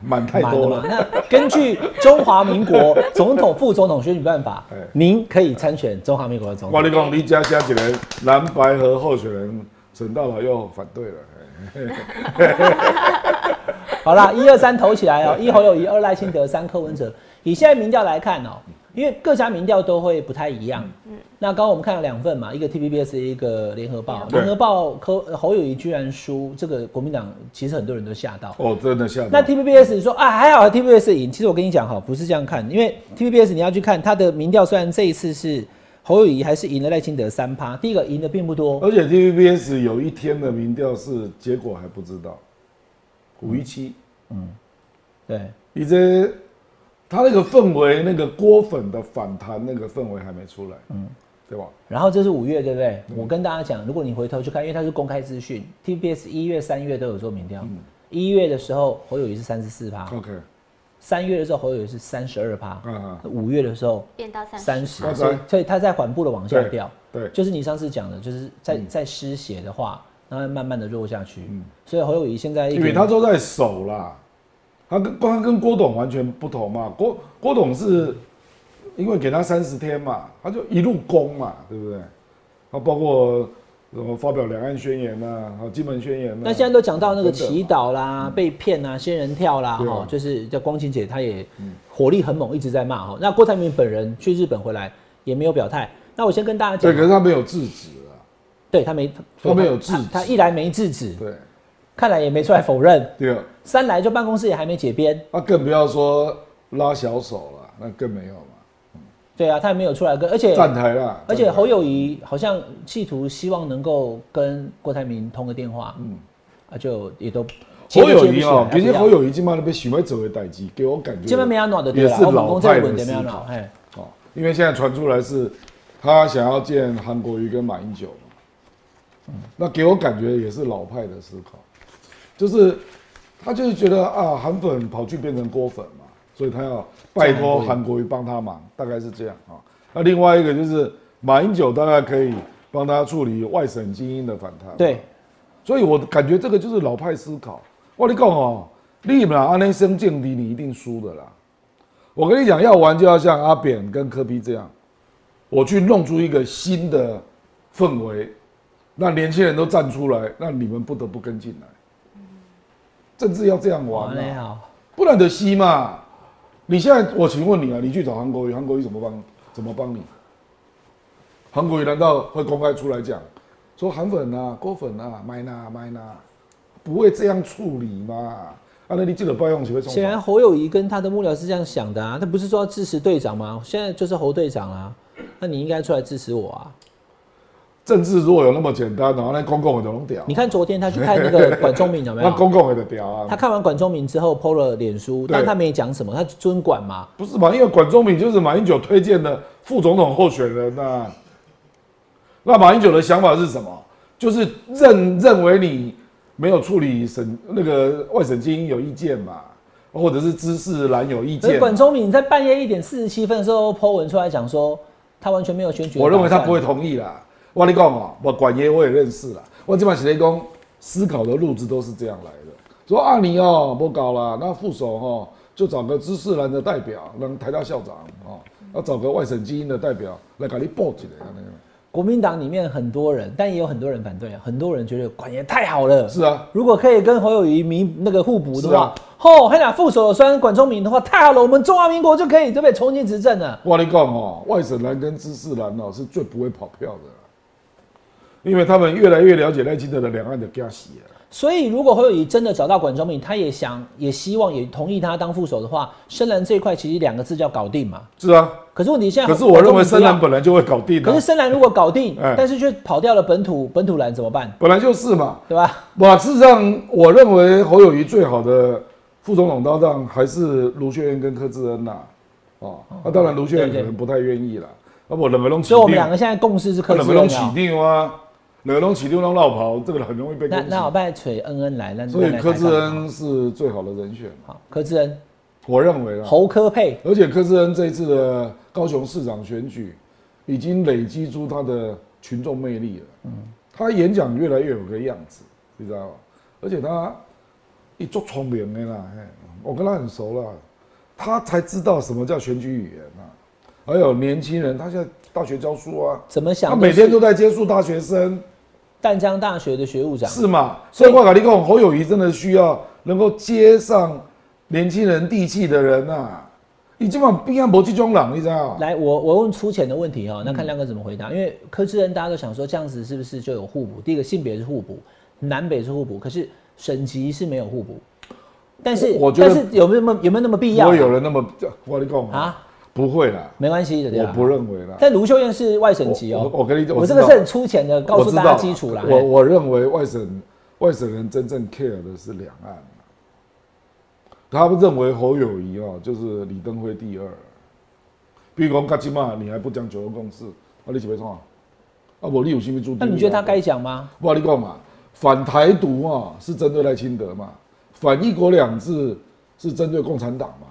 满太满多嘛了。那根据中华民国总统、副总统选举办法 哎，您可以参选中华民国的总统。我跟你讲，你加加几人蓝白和候选人，沈大佬又反对了。哎好啦，一二三投起来哦、 一侯友谊，二赖清德，三柯文哲。以现在民调来看哦、因为各家民调都会不太一样。那刚刚我们看了两份嘛，一个 TVBS，一个联合报。对联合报柯侯友谊居然输，这个国民党其实很多人都吓到。哦，真的吓到。那 TVBS 说啊，还好 TVBS 赢。其实我跟你讲哈，不是这样看，因为 TVBS 你要去看它的民调，虽然这一次是侯友谊还是赢了赖清德三趴，第一个赢的并不多，而且 TVBS 有一天的民调是结果还不知道，五一七，对，你这他那个氛围，那个锅粉的反弹那个氛围还没出来，嗯，对吧？然后这是五月，对不对？嗯我跟大家讲，如果你回头去看，因为它是公开资讯，TBS 一月、三月都有做民调。嗯一月的时候，侯友谊是三十四趴； OK，三月的时候，侯友谊是三十二趴嗯；嗯五月的时候变到三十。三十， OK 所以所以它在缓步的往下对掉。对就是你上次讲的，就是在嗯在失血的话，它会慢慢的弱下去。所以侯友谊现在一因为点他都在守啦，他跟他跟郭董完全不同嘛，郭郭董是因为给他三十天嘛，他就一路攻嘛，对不对？他包括什么发表两岸宣言呐、啊，还有金门宣言呐、啊。那现在都讲到那个等等嘛祈祷啦、被骗啦、仙人跳啦，嗯对啊嗯哦，就是叫光晴姐，她也火力很猛，一直在骂哈。那郭台铭本人去日本回来也没有表态。那我先跟大家对，可讲，是他没有制止啊，对他没，他没有制止他一来没制止，对，看来也没出来否认；第二。三来就办公室也还没解编，那、啊更不要说拉小手了，那更没有嘛，对啊，他也没有出来跟，而且站台啦。而且站台侯友谊好像企图希望能够跟郭台铭通个电话，嗯，啊，就也都侯友谊哦、接其不起来不实要侯友谊今晚被许巍走为代机，给我感觉这边没有暖的对也了，是我们老公这派一滚的点思没有暖考，哎。哦，因为现在传出来是他想要见韩国瑜跟马英九嘛，嗯那给我感觉也是老派的思考，就是他就是觉得啊，韩粉跑去变成郭粉嘛，所以他要拜托韩国瑜帮他忙，大概是这样啊。那另外一个就是马英九大概可以帮他处理外省精英的反弹，对，所以我感觉这个就是老派思考。我跟你讲哦，你们安内生劲敌，你一定输的啦。我跟你讲，要玩就要像阿扁跟柯比这样，我去弄出一个新的氛围，那年轻人都站出来，那你们不得不跟进来。政治要这样哇，玩、那啊，好，不然得吸嘛。你现在，我请问你啊，你去找韩国瑜，韩国瑜怎么帮？怎么帮你？韩国瑜难道会公开出来讲，说韩粉啊、郭粉啊、买呐、买呐，不会这样处理嘛？啊，那你记得不要用起会冲显然侯友谊跟他的幕僚是这样想的啊，他不是说要支持队长吗？现在就是侯队长啊，那你应该出来支持我啊！政治如果有那么简单，然后那公共的弄屌你，看昨天他去看那个管仲明有没 那有？公共的屌啊他，看完管仲明之后，PO 了脸书，对但他没讲什么，他尊管嘛。不是嘛？因为管中敏就是马英九推荐的副总统候选人呐、啊那马英九的想法是什么？就是认认为你没有处理省那个外省精英有意见嘛，或者是知识蓝有意可是见嘛。管仲明在半夜一点四十七分的时候，PO 文出来讲说，他完全没有选举。我认为他不会。同意啦。我跟你讲哦，我管爷我也认识啦。我基本上写工思考的路子都是这样来的。说啊你哦不搞啦，那副手哦就找个知识人的代表，让台大校长哦，要找个外省精英的代表来给你报起来。这样国民党里面很多人，但也有很多人反对啊，很多人觉得管也太好了。是啊，如果可以跟侯友谊弥那个互补的是话啊，哦，还想副手酸管中明的话，太好了，我们中华民国就可以对不对重新执政了。我跟你讲哦，外省蓝跟知识蓝哦是最不会跑票的啦，因为他们越来越了解赖清德的两岸的啊家系了。所以，如果侯友谊真的找到管中明，他也想，也希望，也同意他当副手的话，深蓝这一块其实两个字叫搞定嘛。是啊，可是问题现在，可是我认为深蓝本，本来就会搞定的、啊可是深蓝如果搞定，哎但是却跑掉了本土本土蓝怎么办？本来就是嘛。对吧？哇，事实上，我认为侯友谊最好的副总统搭档还是卢秀燕跟柯志恩呐、哦，那、当然卢秀燕可对能不太愿意啦。啊那我冷门龙起所以我们两定，啊个现在共识是柯冷志门恩龙起啊。定啊，冷门龙起定让绕跑，这个很容易被攻那击那。我拜锤恩恩来，那所那以来柯台志上恩是最好的人选，好，柯志恩、我认为啦。侯科佩，而且柯志恩这一次的高雄市长选举，已经累积出他的群众魅力了。嗯，他演讲越来越有个样子，你知道吗？而且他一做聪明的啦，嘿，我跟他很熟了，他才知道什么叫选举语言啊。还有年轻人，他现在大学教书啊，怎么想他都是？每天都在接触大学生，淡江大学的学务长，是嘛？所所以以我跟你讲，侯友谊真的需要能够接上年轻人地气的人啊。你基本上边没这种人，你知道吗？来，我我问粗浅的问题嗯哈、那看亮哥怎么回答。因为柯志恩大家都想说这样子是不是就有互补？第一个性别是互补，南北是互补，可是省级是没有互补。但是我我觉但得是有没有那么有没有那么必要、不会有人那么我跟你讲啊，啊？不会啦，没关系的，对我吧不认为啦。但卢秀燕是外省籍哦、我我我跟你讲我我这知个道是很粗浅的告我诉知大家道基础啦。我嘿我认为外省外省人真正 care 的是两岸，他们认为侯友谊哦，就是李登辉第二。比如讲，卡基嘛，你还不讲九二共识，啊，你是要创啊？啊，我你有心没注那你觉得他该讲吗？我跟你讲嘛，反台独啊是针对赖清德嘛，反一国两制是针对共产党嘛。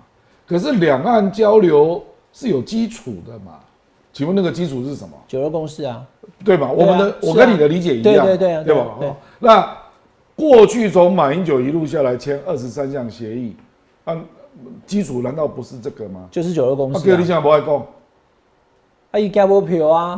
可是两岸交流是有基础的嘛？请问那个基础是什么？九二共识啊，对吧？我们的、是啊我跟你的理解一样，对对对啊对对吧？对哦那过去从马英九一路下来签二十三项协议，啊，基础难道不是这个吗？就是九二共啊，识哥，你啊。现在不爱讲，啊，伊加波票啊，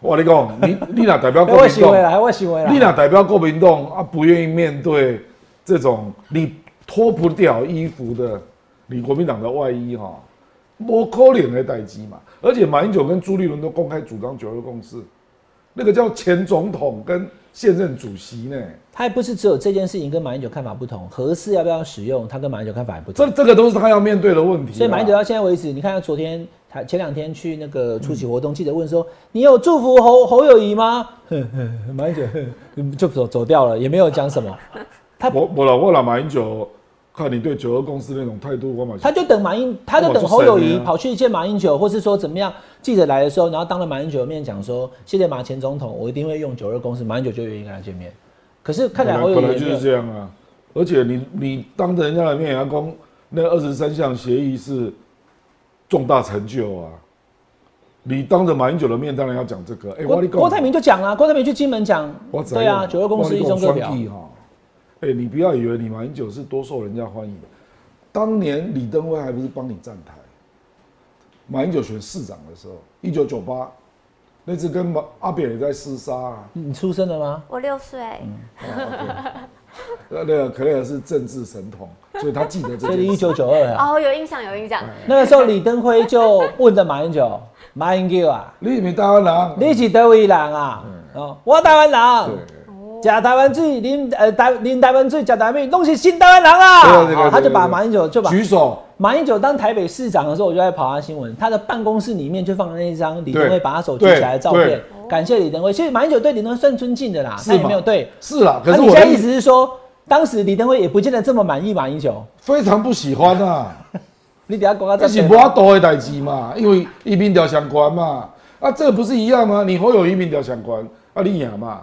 我跟你讲，你你若代表还国 我民行为党，啦，还我行为啦。你俩代表国民党啊，不愿意面对这种你脱不掉衣服的你国民党的外衣哈、摸可怜的代机嘛。而且马英九跟朱立伦都公开主张九二共识，那个叫前总统跟现任主席呢，他也不是只有这件事情跟马英九看法不同，核四要不要使用，他跟马英九看法也不同这。这个都是他要面对的问题啊啦。所以马英九到现在为止，你看他昨天他前两天去那个出席活动，记者问说：“你有祝福侯侯友谊吗？” 呵呵马英九呵就走走掉了，也没有讲什么，他我我老我老马英九，看你对九二共识那种态度，我马他就等马英，他就我等就侯友谊省了跑去见马英九，或是说怎么样？记者来的时候，然后当着马英九的面讲说：“谢谢马前总统，我一定会用九二公司。”马英九就愿意跟他见面。可是看起来侯本友来谊也本来就没有是这样啊，而且你你当着人家的面牙公，那二十三项协议是重大成就啊。你当着马英九的面，当然要讲这个。哎、我郭跟你讲郭台铭就讲啊，郭台铭去金门讲我，知道对啊，九二公司一中各表我跟。你讲双 P 哈，哎、你不要以为你马英九是多受人家欢迎，当年李登辉还不是帮你站台？马英九选市长的时候，一九九八，那次跟马阿扁也在厮杀啊。你出生了吗？我六岁，呃那那个可能是政治神童，所以他记得这 这件里事。一九九二啊。哦，有印象，有印象。那个时候李登辉就问了马英九，马英九啊，你咪台湾人，你是台湾人啊？哦，我台湾人，嗯对，吃台湾水，啉呃台啉台湾水，吃台湾米，拢是新台湾人啦、对啊对啊对啊好他就对啊把对啊马英九就把举手，马英九当台北市长的时候，我就在跑他新闻，他的办公室里面就放了那一张李登辉对把他手举起来的照对片对，感谢李登辉。其实马英九对李登辉算尊敬的啦，是他吗也没有对。是啦，可那是啊你我现在的意意思思是说，当时李登辉也不见得这么满意马英九，非常不喜欢啊，你等下广告这是无法度的代志嘛，因为移民条相关嘛，啊，这不是一样吗？你侯友移民条相关，啊，你赢嘛，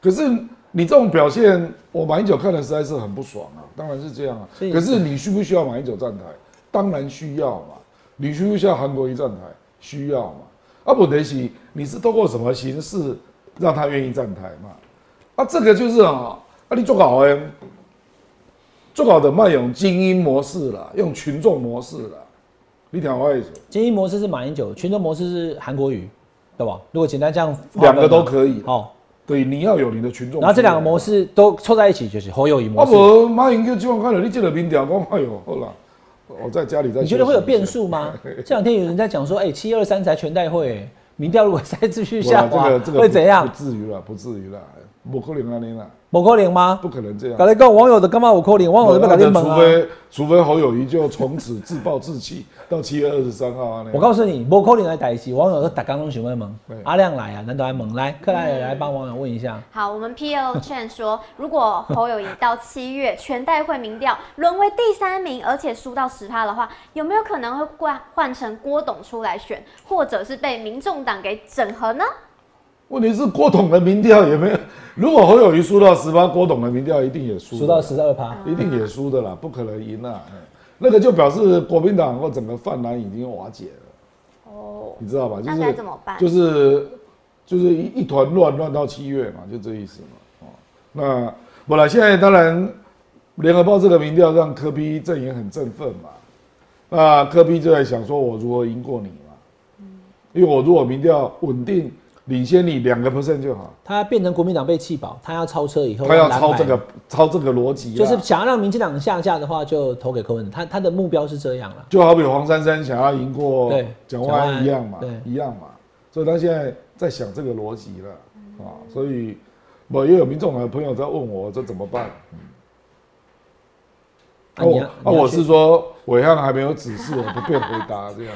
可是你这种表现，我马英九看了实在是很不爽啊，当然是这样啊所以，可是你需不需要马英九站台？当然需要嘛，你需不需要韩国瑜站台？需要嘛，啊，不得行，你是通过什么形式让他愿意站台嘛？啊，这个就是啊，啊，你做搞哎，做搞的卖用精英模式啦，用群众模式啦，你听我意思，精英模式是马英九，群众模式是韩国瑜，对吧？如果简单这样划分两嘛，个都可以。哦。对，你要有你的群众。然后这两个模，式都凑在一起，就是侯友谊模啊式。不，马英九基本看了，你进了民调，讲哎呦，好啦，我在家里在。你觉得会有变？数吗？这两天有人在讲说，哎、七二三才全代会、民调如果 再继续不啦下这滑，个这个会怎样不？至于啦，不至于啦，不可能啊你啦，某扣零吗不？可能这样搞。来讲网友的干嘛我扣零？网友我都不搞定猛除啊！非除非侯友谊就从此自暴自弃， 到七月二十三号啊。我告诉你，某扣零来打一起，网友都打刚刚询问猛对，阿亮来啊，难道还猛来？克莱尔来帮网友问一下，好，我们 P O 劝说，如果侯友谊到七月全代会民调沦为第三名，而且输到十趴的话，有没有可能会换换成郭董出来选，或者是被民众党给整合呢？问题是郭董的民调也没有，如果侯友谊输到十八，郭董的民调一定也输的数啦，到十二趴。一定也输的啦，不可能赢啦。嗯那个就表示国民党或整个泛蓝已经瓦解了，哦，你知道吧？就那是该怎么办就是就是一一团乱，乱到七月嘛，就这意思嘛。哦，那不了，现在当然联合报这个民调让柯比阵营很振奋嘛，那柯比就在想说，我如何赢过你嘛？因为我如果民调稳定领先你两个 percent 就好，他变成国民党被气饱，他要超车以后，他要蓝抄白这个抄这个逻辑啊，就是想要让民进党下架的话，就投给柯文哲。他他的目标是这样了。就好比黄珊珊想要赢过对蒋万安一样嘛蒋万安，一样嘛，所以他现在在想这个逻辑了啊，所以我也有民众党的朋友在问我这怎么办，啊啊你我要啊你要我去是说伟汉还没有指示，我不便回答这样，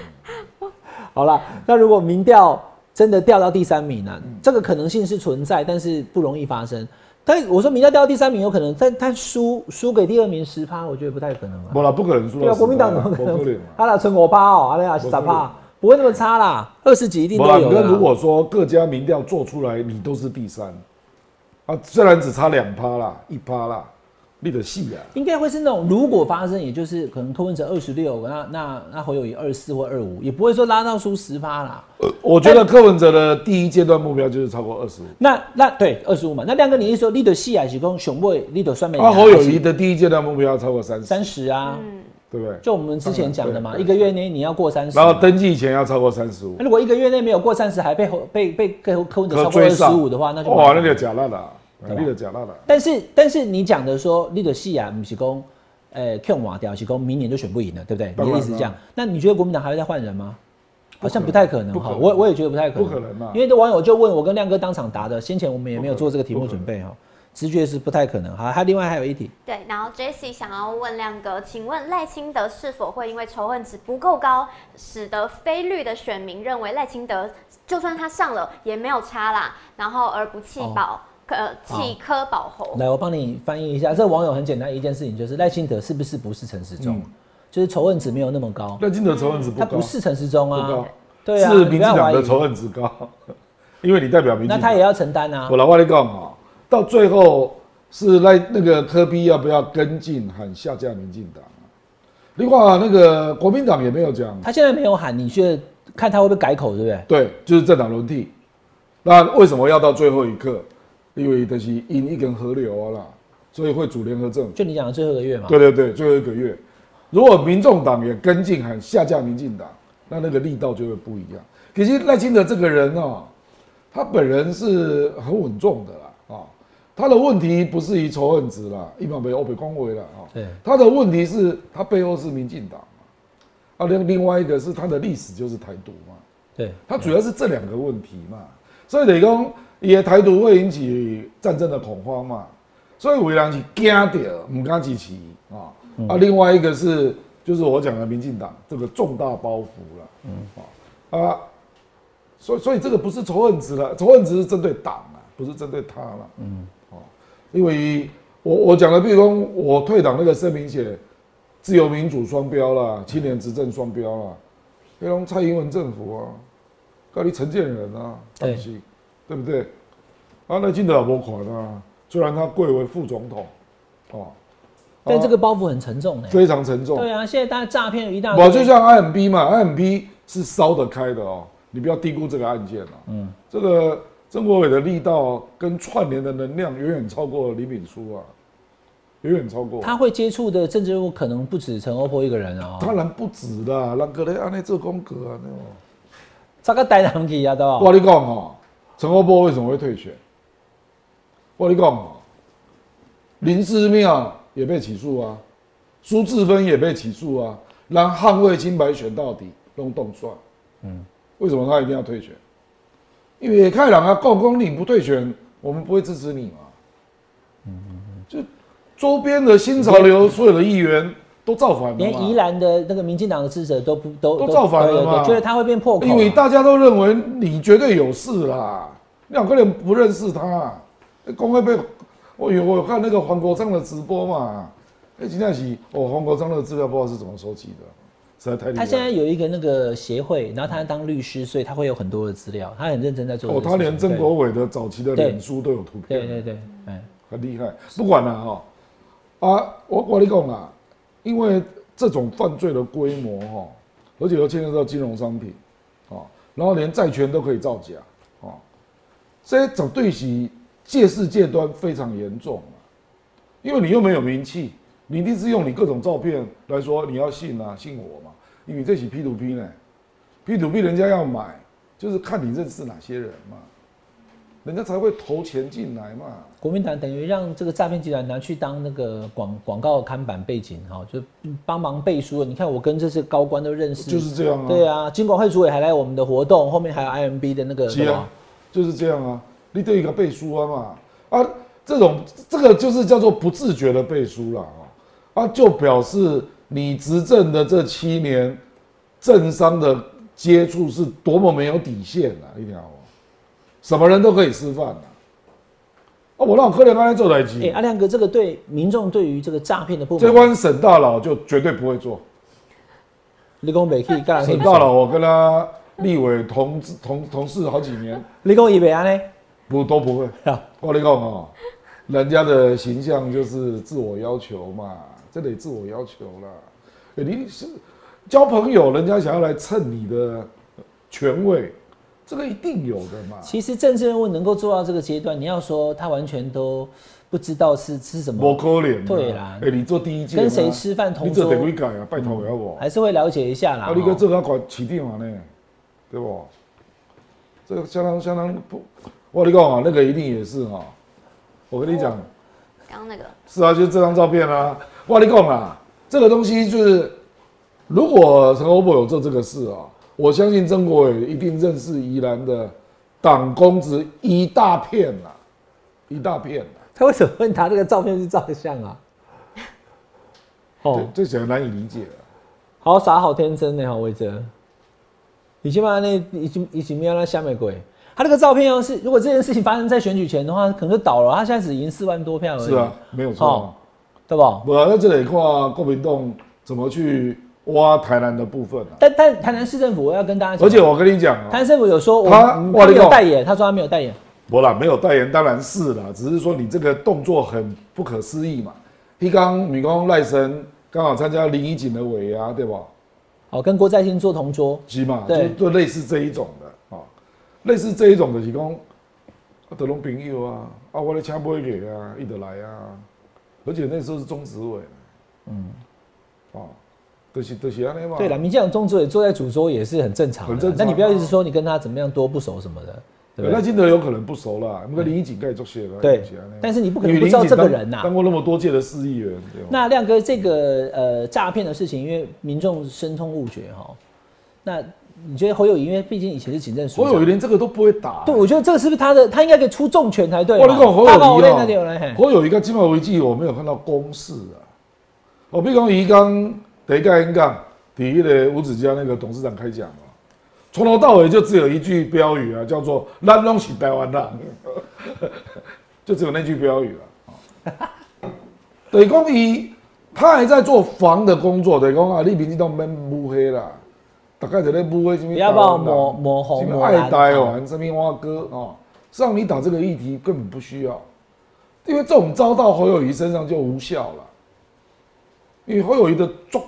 好了，那如果民调真的掉到第三名呢、这个可能性是存在，但是不容易发生。但我说民调掉到第三名有可能，但但输输给第二名十趴，我觉得不太可能啊。不啦，不可能输 对到啊， 10%国民党怎么可不可能能啊嘛？。 他俩存我趴哦，阿俩十趴，不会那么差啦，二十几一定不都啦，有那的啊如啦。果说各家民调做出来，你都是第三，啊，虽然只差两趴啦，一趴啦，你的戏啊，应该会是那种如果发生，也就是可能柯文哲二十六，那那那侯友谊二四或二五，也不会说拉到输十趴啦。我觉得哎柯文哲的第一阶段目标就是超过二十五。那那对二十五嘛，那亮哥你是说 l e a d 戏还是讲熊妹 l e a d 算没？他啊侯友谊的第一阶段目标超过三十，三十啊，对不对？就我们之前讲的嘛，对对一个月内你要过三十，然后登记前要超过三十五，那如果一个月内没有过三十，还被侯被被柯柯文哲可超过二追十上五的话，那就麻哇，烦那个假烂了，对吧那个假烂了。但是但是你讲的说你的戏啊，不是公，呃，Q 瓦掉，是公明年就选不赢了，对不对？当你的然啊意思是这样，那你觉得国民党还会再换人吗？好像不不可能太可能不可哈，能我我也觉得不太可能，不可能啊因为这网友就问我跟亮哥当场答的，先前我们也没有做这个题目不可准能备哈，直觉是不太可能。好，还另外还有一题，对，然后 Jesse 想要问亮哥，请问赖清德是否会因为仇恨值不够高，使得非绿的选民认为赖清德就算他上了也没有差啦，然后而不弃哦保、呃弃科保侯？来，我帮你翻译一下。这网友很简单一件事情，就是赖清德是不是不是陈时中，就是仇恨值没有那么高，那金德仇恨值嗯不他高不，是陈时中不啊高，对啊，是你民进不要党怀的疑。仇恨值高，因为你代表民那进他党也。要承担啊我。老话你讲啊，到最后是赖那个科比要不要跟进喊下架民进党啊？另外那个国民党也没有讲他现在没有喊，你去看他会不会改口，对不对？对，就是政党轮替。那为什么要到最后一刻？因为这是因一根河流啊啦，所以会组联合政府。就你讲的最后一个月嘛。对对对，最后一个月，如果民众党也跟进喊下架民进党，那那个力道就会不一样。可是赖清德这个人哦，他本人是很稳重的啦啊、他的问题不是以仇恨值啦，一般被欧北光维啦啊、对他的问题是他背后是民进党嘛，啊另另外一个是他的历史就是台独嘛。对它主要是这两个问题嘛，所以等于讲，伊的台独会引起战争的恐慌嘛，所以为人是惊着，唔敢支持啊。啊，另外一个是就是我讲的民进党这个重大包袱了，嗯啊，所以所以这个不是仇恨值了，仇恨值是针对党啊，不是针对他了，嗯哦，因为我我讲的，比如说我退党那个声明写自由民主双标啦，青年执政双标啦，黑龙蔡英文政府啊，搞你陈建仁啊，对对，对不对？啊，赖清德也无款啊，虽然他贵为副总统，哦，但这啊个包袱很沉重呢。非常沉重。对啊，现在大家诈骗一大堆。我就像 IMB 嘛，IMB 是烧得开的哦，你不要低估这个案件哦。嗯，这个曾国伟的力道哦跟串联的能量远远超过李敏书啊，远远超过。他会接触的政治人物可能不止陈欧波一个人啊、当哦。然不止啦，让格雷安内做功课啊那种。这个呆狼给啊，都哦我跟你讲哦，陈欧波为什么会退选？我跟你讲，哦林志妙也被起诉啊，苏志芬也被起诉啊，让捍卫清白选到底，用动算。嗯，为什么他一定要退选？因为开朗啊，告公你不退选，我们不会支持你嘛。嗯，就周边的新潮流所有的议员都造反了嘛连宜兰的那个民进党的支持者都不都都造反了有嘛有觉得他会变破口啊，因为大家都认为你绝对有事啦，两个人不认识他，公开被我哦有我有看那个黄国昌的直播嘛，哎，今天是哦，黄国昌的资料不知道是怎么收集的，实在太厉害他了。现在有一个那个协会，然后他当律师，所以他会有很多的资料，他很认真在做这个哦，事情。他连郑对国伟的早期的脸书都有图片，对对对，哎，很厉害。不管了哈、啊，我我跟你讲啦，因为这种犯罪的规模哈、而且又牵涉到金融商品，哦，然后连债权都可以造假，哦，这种对其借势借端非常严重啊，因为你又没有名气，你一定是用你各种照片来说你要信啊，信我嘛，因为这起 P to P 呢，P to P 人家要买，就是看你认识哪些人嘛，人家才会投钱进来嘛。国民党等于让这个诈骗集团拿去当那个广广告看板背景哈，就帮忙背书了。你看我跟这些高官都认识，就是这样啊对啊，金管会主委还来我们的活动，后面还有 IMB 的那个是什啊么，就是这样啊，你对一个背书啊嘛，啊，这种这个就是叫做不自觉的背书啦啊，啊，就表示你执政的这七年，政商的接触是多么没有底线啊，你听好吗？什么人都可以吃饭啊，啊，我让柯林刚才做台哎、机，阿亮哥，这个对民众对于这个诈骗的不这满，关沈大佬就绝对不会做，立功北 K 干沈大佬我跟他立委同志同同事好几年，立功以北安呢？不 都不会。我跟你讲哦，人家的形象就是自我要求嘛，这得自我要求啦。欸你是交朋友，人家想要来蹭你的权位，这个一定有的嘛。其实政治人物能够做到这个阶段，你要说他完全都不知道是是什我么，可怜啊。对啦哎、你做第一届吗跟谁吃饭同你这桌得会改啊，拜托给我。还是会了解一下啦。啊，你哦跟这个要搞起定嘛呢，对不？这个相当相当不，我跟你讲啊，那个一定也是哈、我跟你讲。刚刚那个是啊，就是这张照片啊。哇，你讲啦，这个东西就是，如果陈欧博有做这个事啊，我相信曾国伟一定认识宜兰的党公子一大片啦、一大片啊啦、他为什么会拿这个照片去照相 啊？哦，这这显然难以理解、啊。好傻，好天真呢，好魏哲。你起码那已经已经没有那下面鬼。他那个照片要是如果这件事情发生在选举前的话，可能就倒了。他现在只赢四万多票而已，是啊，没有错、啊。对吧？我、在这里看国民党怎么去挖台南的部分啊。但但台南市政府，我要跟大家讲，而且我跟你讲啊台，南市政府有说我他嗯我他没跟你有讲代言，他说他没有代言。不啦，没有代言当然是啦，只是说你这个动作很不可思议嘛。一刚女工赖神刚好参加林怡景的尾牙，对吧？哦，跟郭在兴做同桌，是嘛？对就就类似这一种的啊、类似这一种的是讲，啊，德龙朋友啊，啊，我的车买给啊，一得来啊，而且那时候是中执委，嗯，啊，就是就是安尼嘛。对了，民进党中主委坐在主桌也是很正常的，啊很正常啊但你不要一直说你跟他怎么样多不熟什么的，对对，不赖对？金德有可能不熟啦，那个林怡景盖做些了，对就是这样但是你不可能因不为知道林怡景这个当人呐当过那么多届的市议员，对吧那亮哥，这个呃诈骗的事情，因为民众深通误解哈，那你觉得侯友谊，因为毕竟以前是警政署侯友宜长，连这个都不会打、对，我觉得这个是不是他的，他应该可以出重拳才对嘛。我跟你讲侯大炮类那里友有啊谊人 哦嘿，侯友谊跟金马危机我没有看到公式啊。我比如讲，伊刚第一盖应讲，第一个吴子嘉那个董事长开讲嘛，从头到尾就只有一句标语啊，叫做“咱拢是台湾人”， 就只有那句标语啊。等于讲伊他还在做防的工作，等于讲啊，你民进党免抹黑啦，大概就在抹黑什么不台湾要人？把我抹抹红什抹么蓝爱台湾，什么蛙哥啊，实际上你打这个议题根本不需要，因为这种招到侯友谊身上就无效了，因为侯友谊的做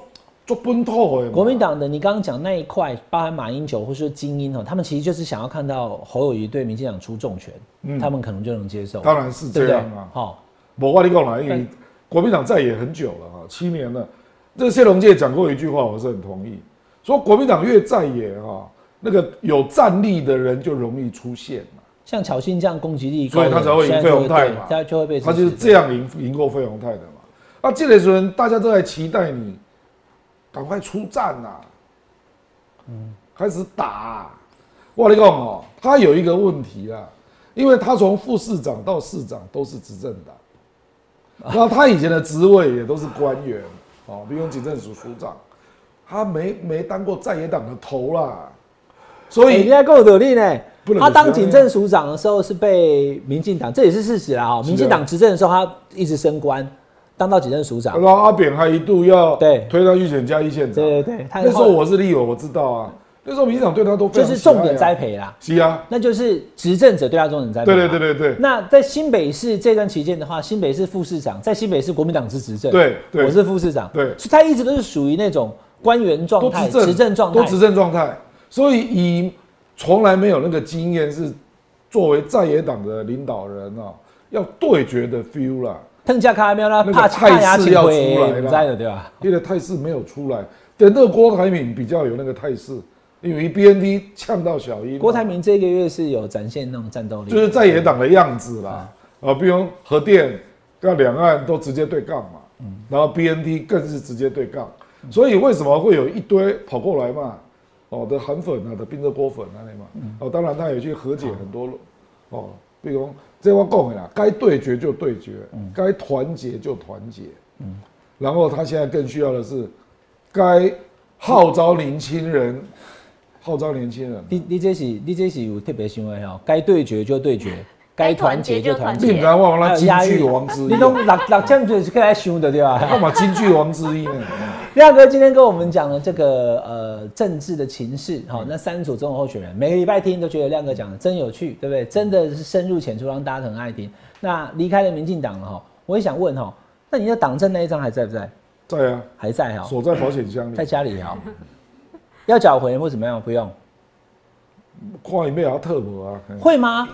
做奔透的嘛国民党的，你刚刚讲那一块，包含马英九或者说精英哦，他们其实就是想要看到侯友谊对民进党出重拳，他们可能就能接受。嗯当然是对不这对样啊？。好，我跟你讲啦，因为国民党在野很久了啊，七年了。这谢龙介讲过一句话，我是很同意，说国民党越在野啊，那个有战力的人就容易出现嘛。像巧芯这样攻击力够所的，以他才会赢现在费就鸿泰对嘛他就会被他支就持是这样赢赢过费鸿泰的嘛。啊，这个时候大家都在期待你赶快出战呐、嗯开始打、啊。我跟你讲哦，他有一个问题啊，因为他从副市长到市长都是执政 党，然后他以前的职位也都是官员，哦，比如警政署署长，他没没当过在野党的头啦，所欸以你还够努力呢不。能他当这样警政署长的时候是被民进党，这也是事实啦哈、啊民进党执政的时候，他一直升官，当到警政署长然。后阿扁还一度要对推到预选加一县长，对对对，他那时候我是立委，我知道啊。那时候民进党对他都就非常是重点喜栽爱啊，培啦，是啊，那就是执政者对他重点栽培。对对对。对对那在新北市这段期间的话，新北市副市长，在新北市国民党是执政，对对我是副市长，对所以他一直都是属于那种官员状都态、执政执政状都态，执政状态，所以以从来没有那个经验是作为在野党的领导人啊，要对决的 feel 啦，腾下卡还没有让那个怕怕牙态势请要回出来，啦不在了对吧？因为态势没有出来。等那个郭台铭比较有那个态势，因为 BND 呛到小英嘛，郭台铭这个月是有展现那种战斗力，就是在野党的样子啦。啊，比如核电跟两岸都直接对杠嘛，然后 BNT 更是直接对杠，所以为什么会有一堆跑过来嘛？哦的韩粉啊的冰热锅粉啊那里嘛，哦，当然他也去和解很多，哦，比如说这我讲的啦，该对决就对决，该团结就团结，然后他现在更需要的是该号召年轻人，号召年轻人，你你这是你这是有特别行为哦，该对决就对决，该该团团结结就就团团结结。你不要忘了还有金押句韵王之一你。都六六千就是过来想的对吧？ 干嘛京剧王之一呢？亮哥今天跟我们讲了这个呃政治的情势，好、嗯那三组总统候选人，每个礼拜听都觉得亮哥讲的真有趣，对不对？真的是深入浅出，让大家很爱听。那离开了民进党了哈，我也想问哈，那你的党政那一张还在不在？在啊，还在哈，锁在保险箱里，在家里哈，要缴回或怎么样？不用，跨一面要特博啊，嘿会吗？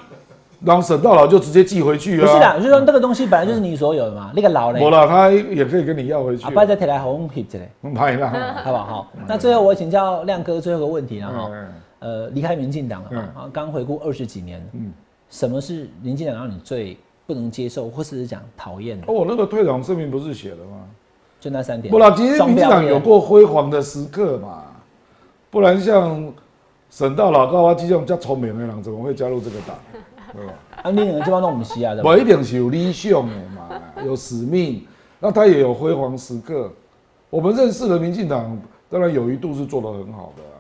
然后省到老就直接寄回去不啊。是啦，就是说这个东西本来就是你所有的嘛，那个老嘞没，啦，他也可以跟你要回去阿。爸再提来红皮之类，不拍 啦，好不好？那最后我请教亮哥最后一个问题了哈，嗯呃，离开民进党了嗯啊，刚回顾二十几年，嗯什么是民进党让你最不能接受，或是讲讨厌的哦，？我那个退党声明不是写了吗？就那三点。不啦，其实双民进标党对有过辉煌的时刻嘛，不然像省到老高啊这种叫聪明的人，怎么会加入这个党？对吧？啊，你两个地方弄不西啊，对吧我？一定是有理想的 嘛，有使命。那他也有辉煌时刻。我们认识的民进党，当然有一度是做得很好的啊，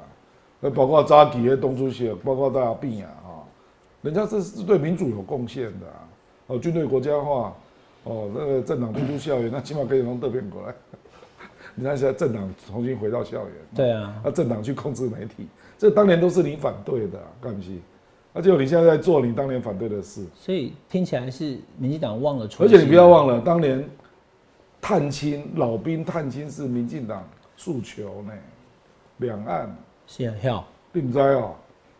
那包括扎吉、东出血，包括大病啊，哈，人家这是对民主有贡献的啊。哦，军队国家化，哦，那个政党退出校园，那起码可以从这边过来。 你看现在政党重新回到校园，对啊，啊，政党去控制媒体，这当年都是你反对的、啊，干不起。而且你现在在做你当年反对的事，所以听起来是民进党忘了初而心。且你不要忘了，当年探亲老兵探亲是民进党诉求呢，两岸是啊，票你不知哦、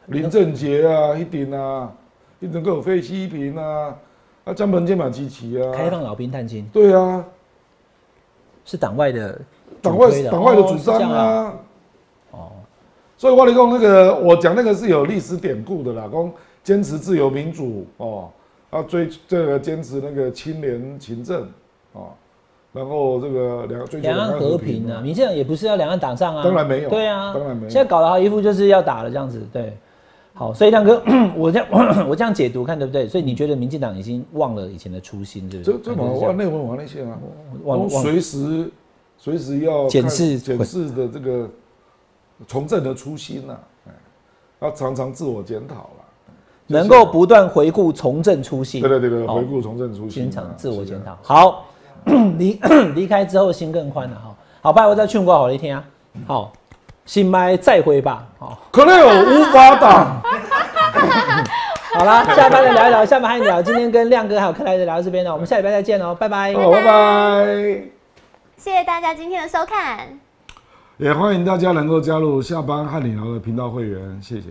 林正杰啊，一定啊，一定还有费希平啊，啊江本健马支持啊，开放老兵探亲对啊，是党外的党外主推的党外的哦主是这张样啊。哦，所以我跟你讲那个，我讲那个是有历史典故的啦，讲坚持自由民主哦，啊追这个坚持那个清廉勤政哦，然后这个两追求两岸和平平啊，嘛民进党也不是要两岸打仗啊，当然没有对啊，当然没有现在搞得好一副就是要打了这样子，对。好，所以亮哥， 我这样 我这样解读看对不对？所以你觉得民进党已经忘了以前的初心，对不这对？这还嘛，是我样内文我那些啊，忘都忘随时随时要检看视检视的这个重振的初心呐、啊，哎，要常常自我检讨啦。能够不断回顾重振初心，对对对对，好回顾重振初心、啊，经哦常自我检是啊讨。好， 离离开之后心更宽了哈。好，拜我再劝过好一天啊。好，新麦再会吧。好，可能有无法挡。好啦，下班了聊一聊，下班还聊。今天跟亮哥还有克莱德聊到这边了，我们下礼拜再见哦，拜拜。 好，拜拜。谢谢大家今天的收看。也欢迎大家能够加入下班和你聊的频道会员，谢谢。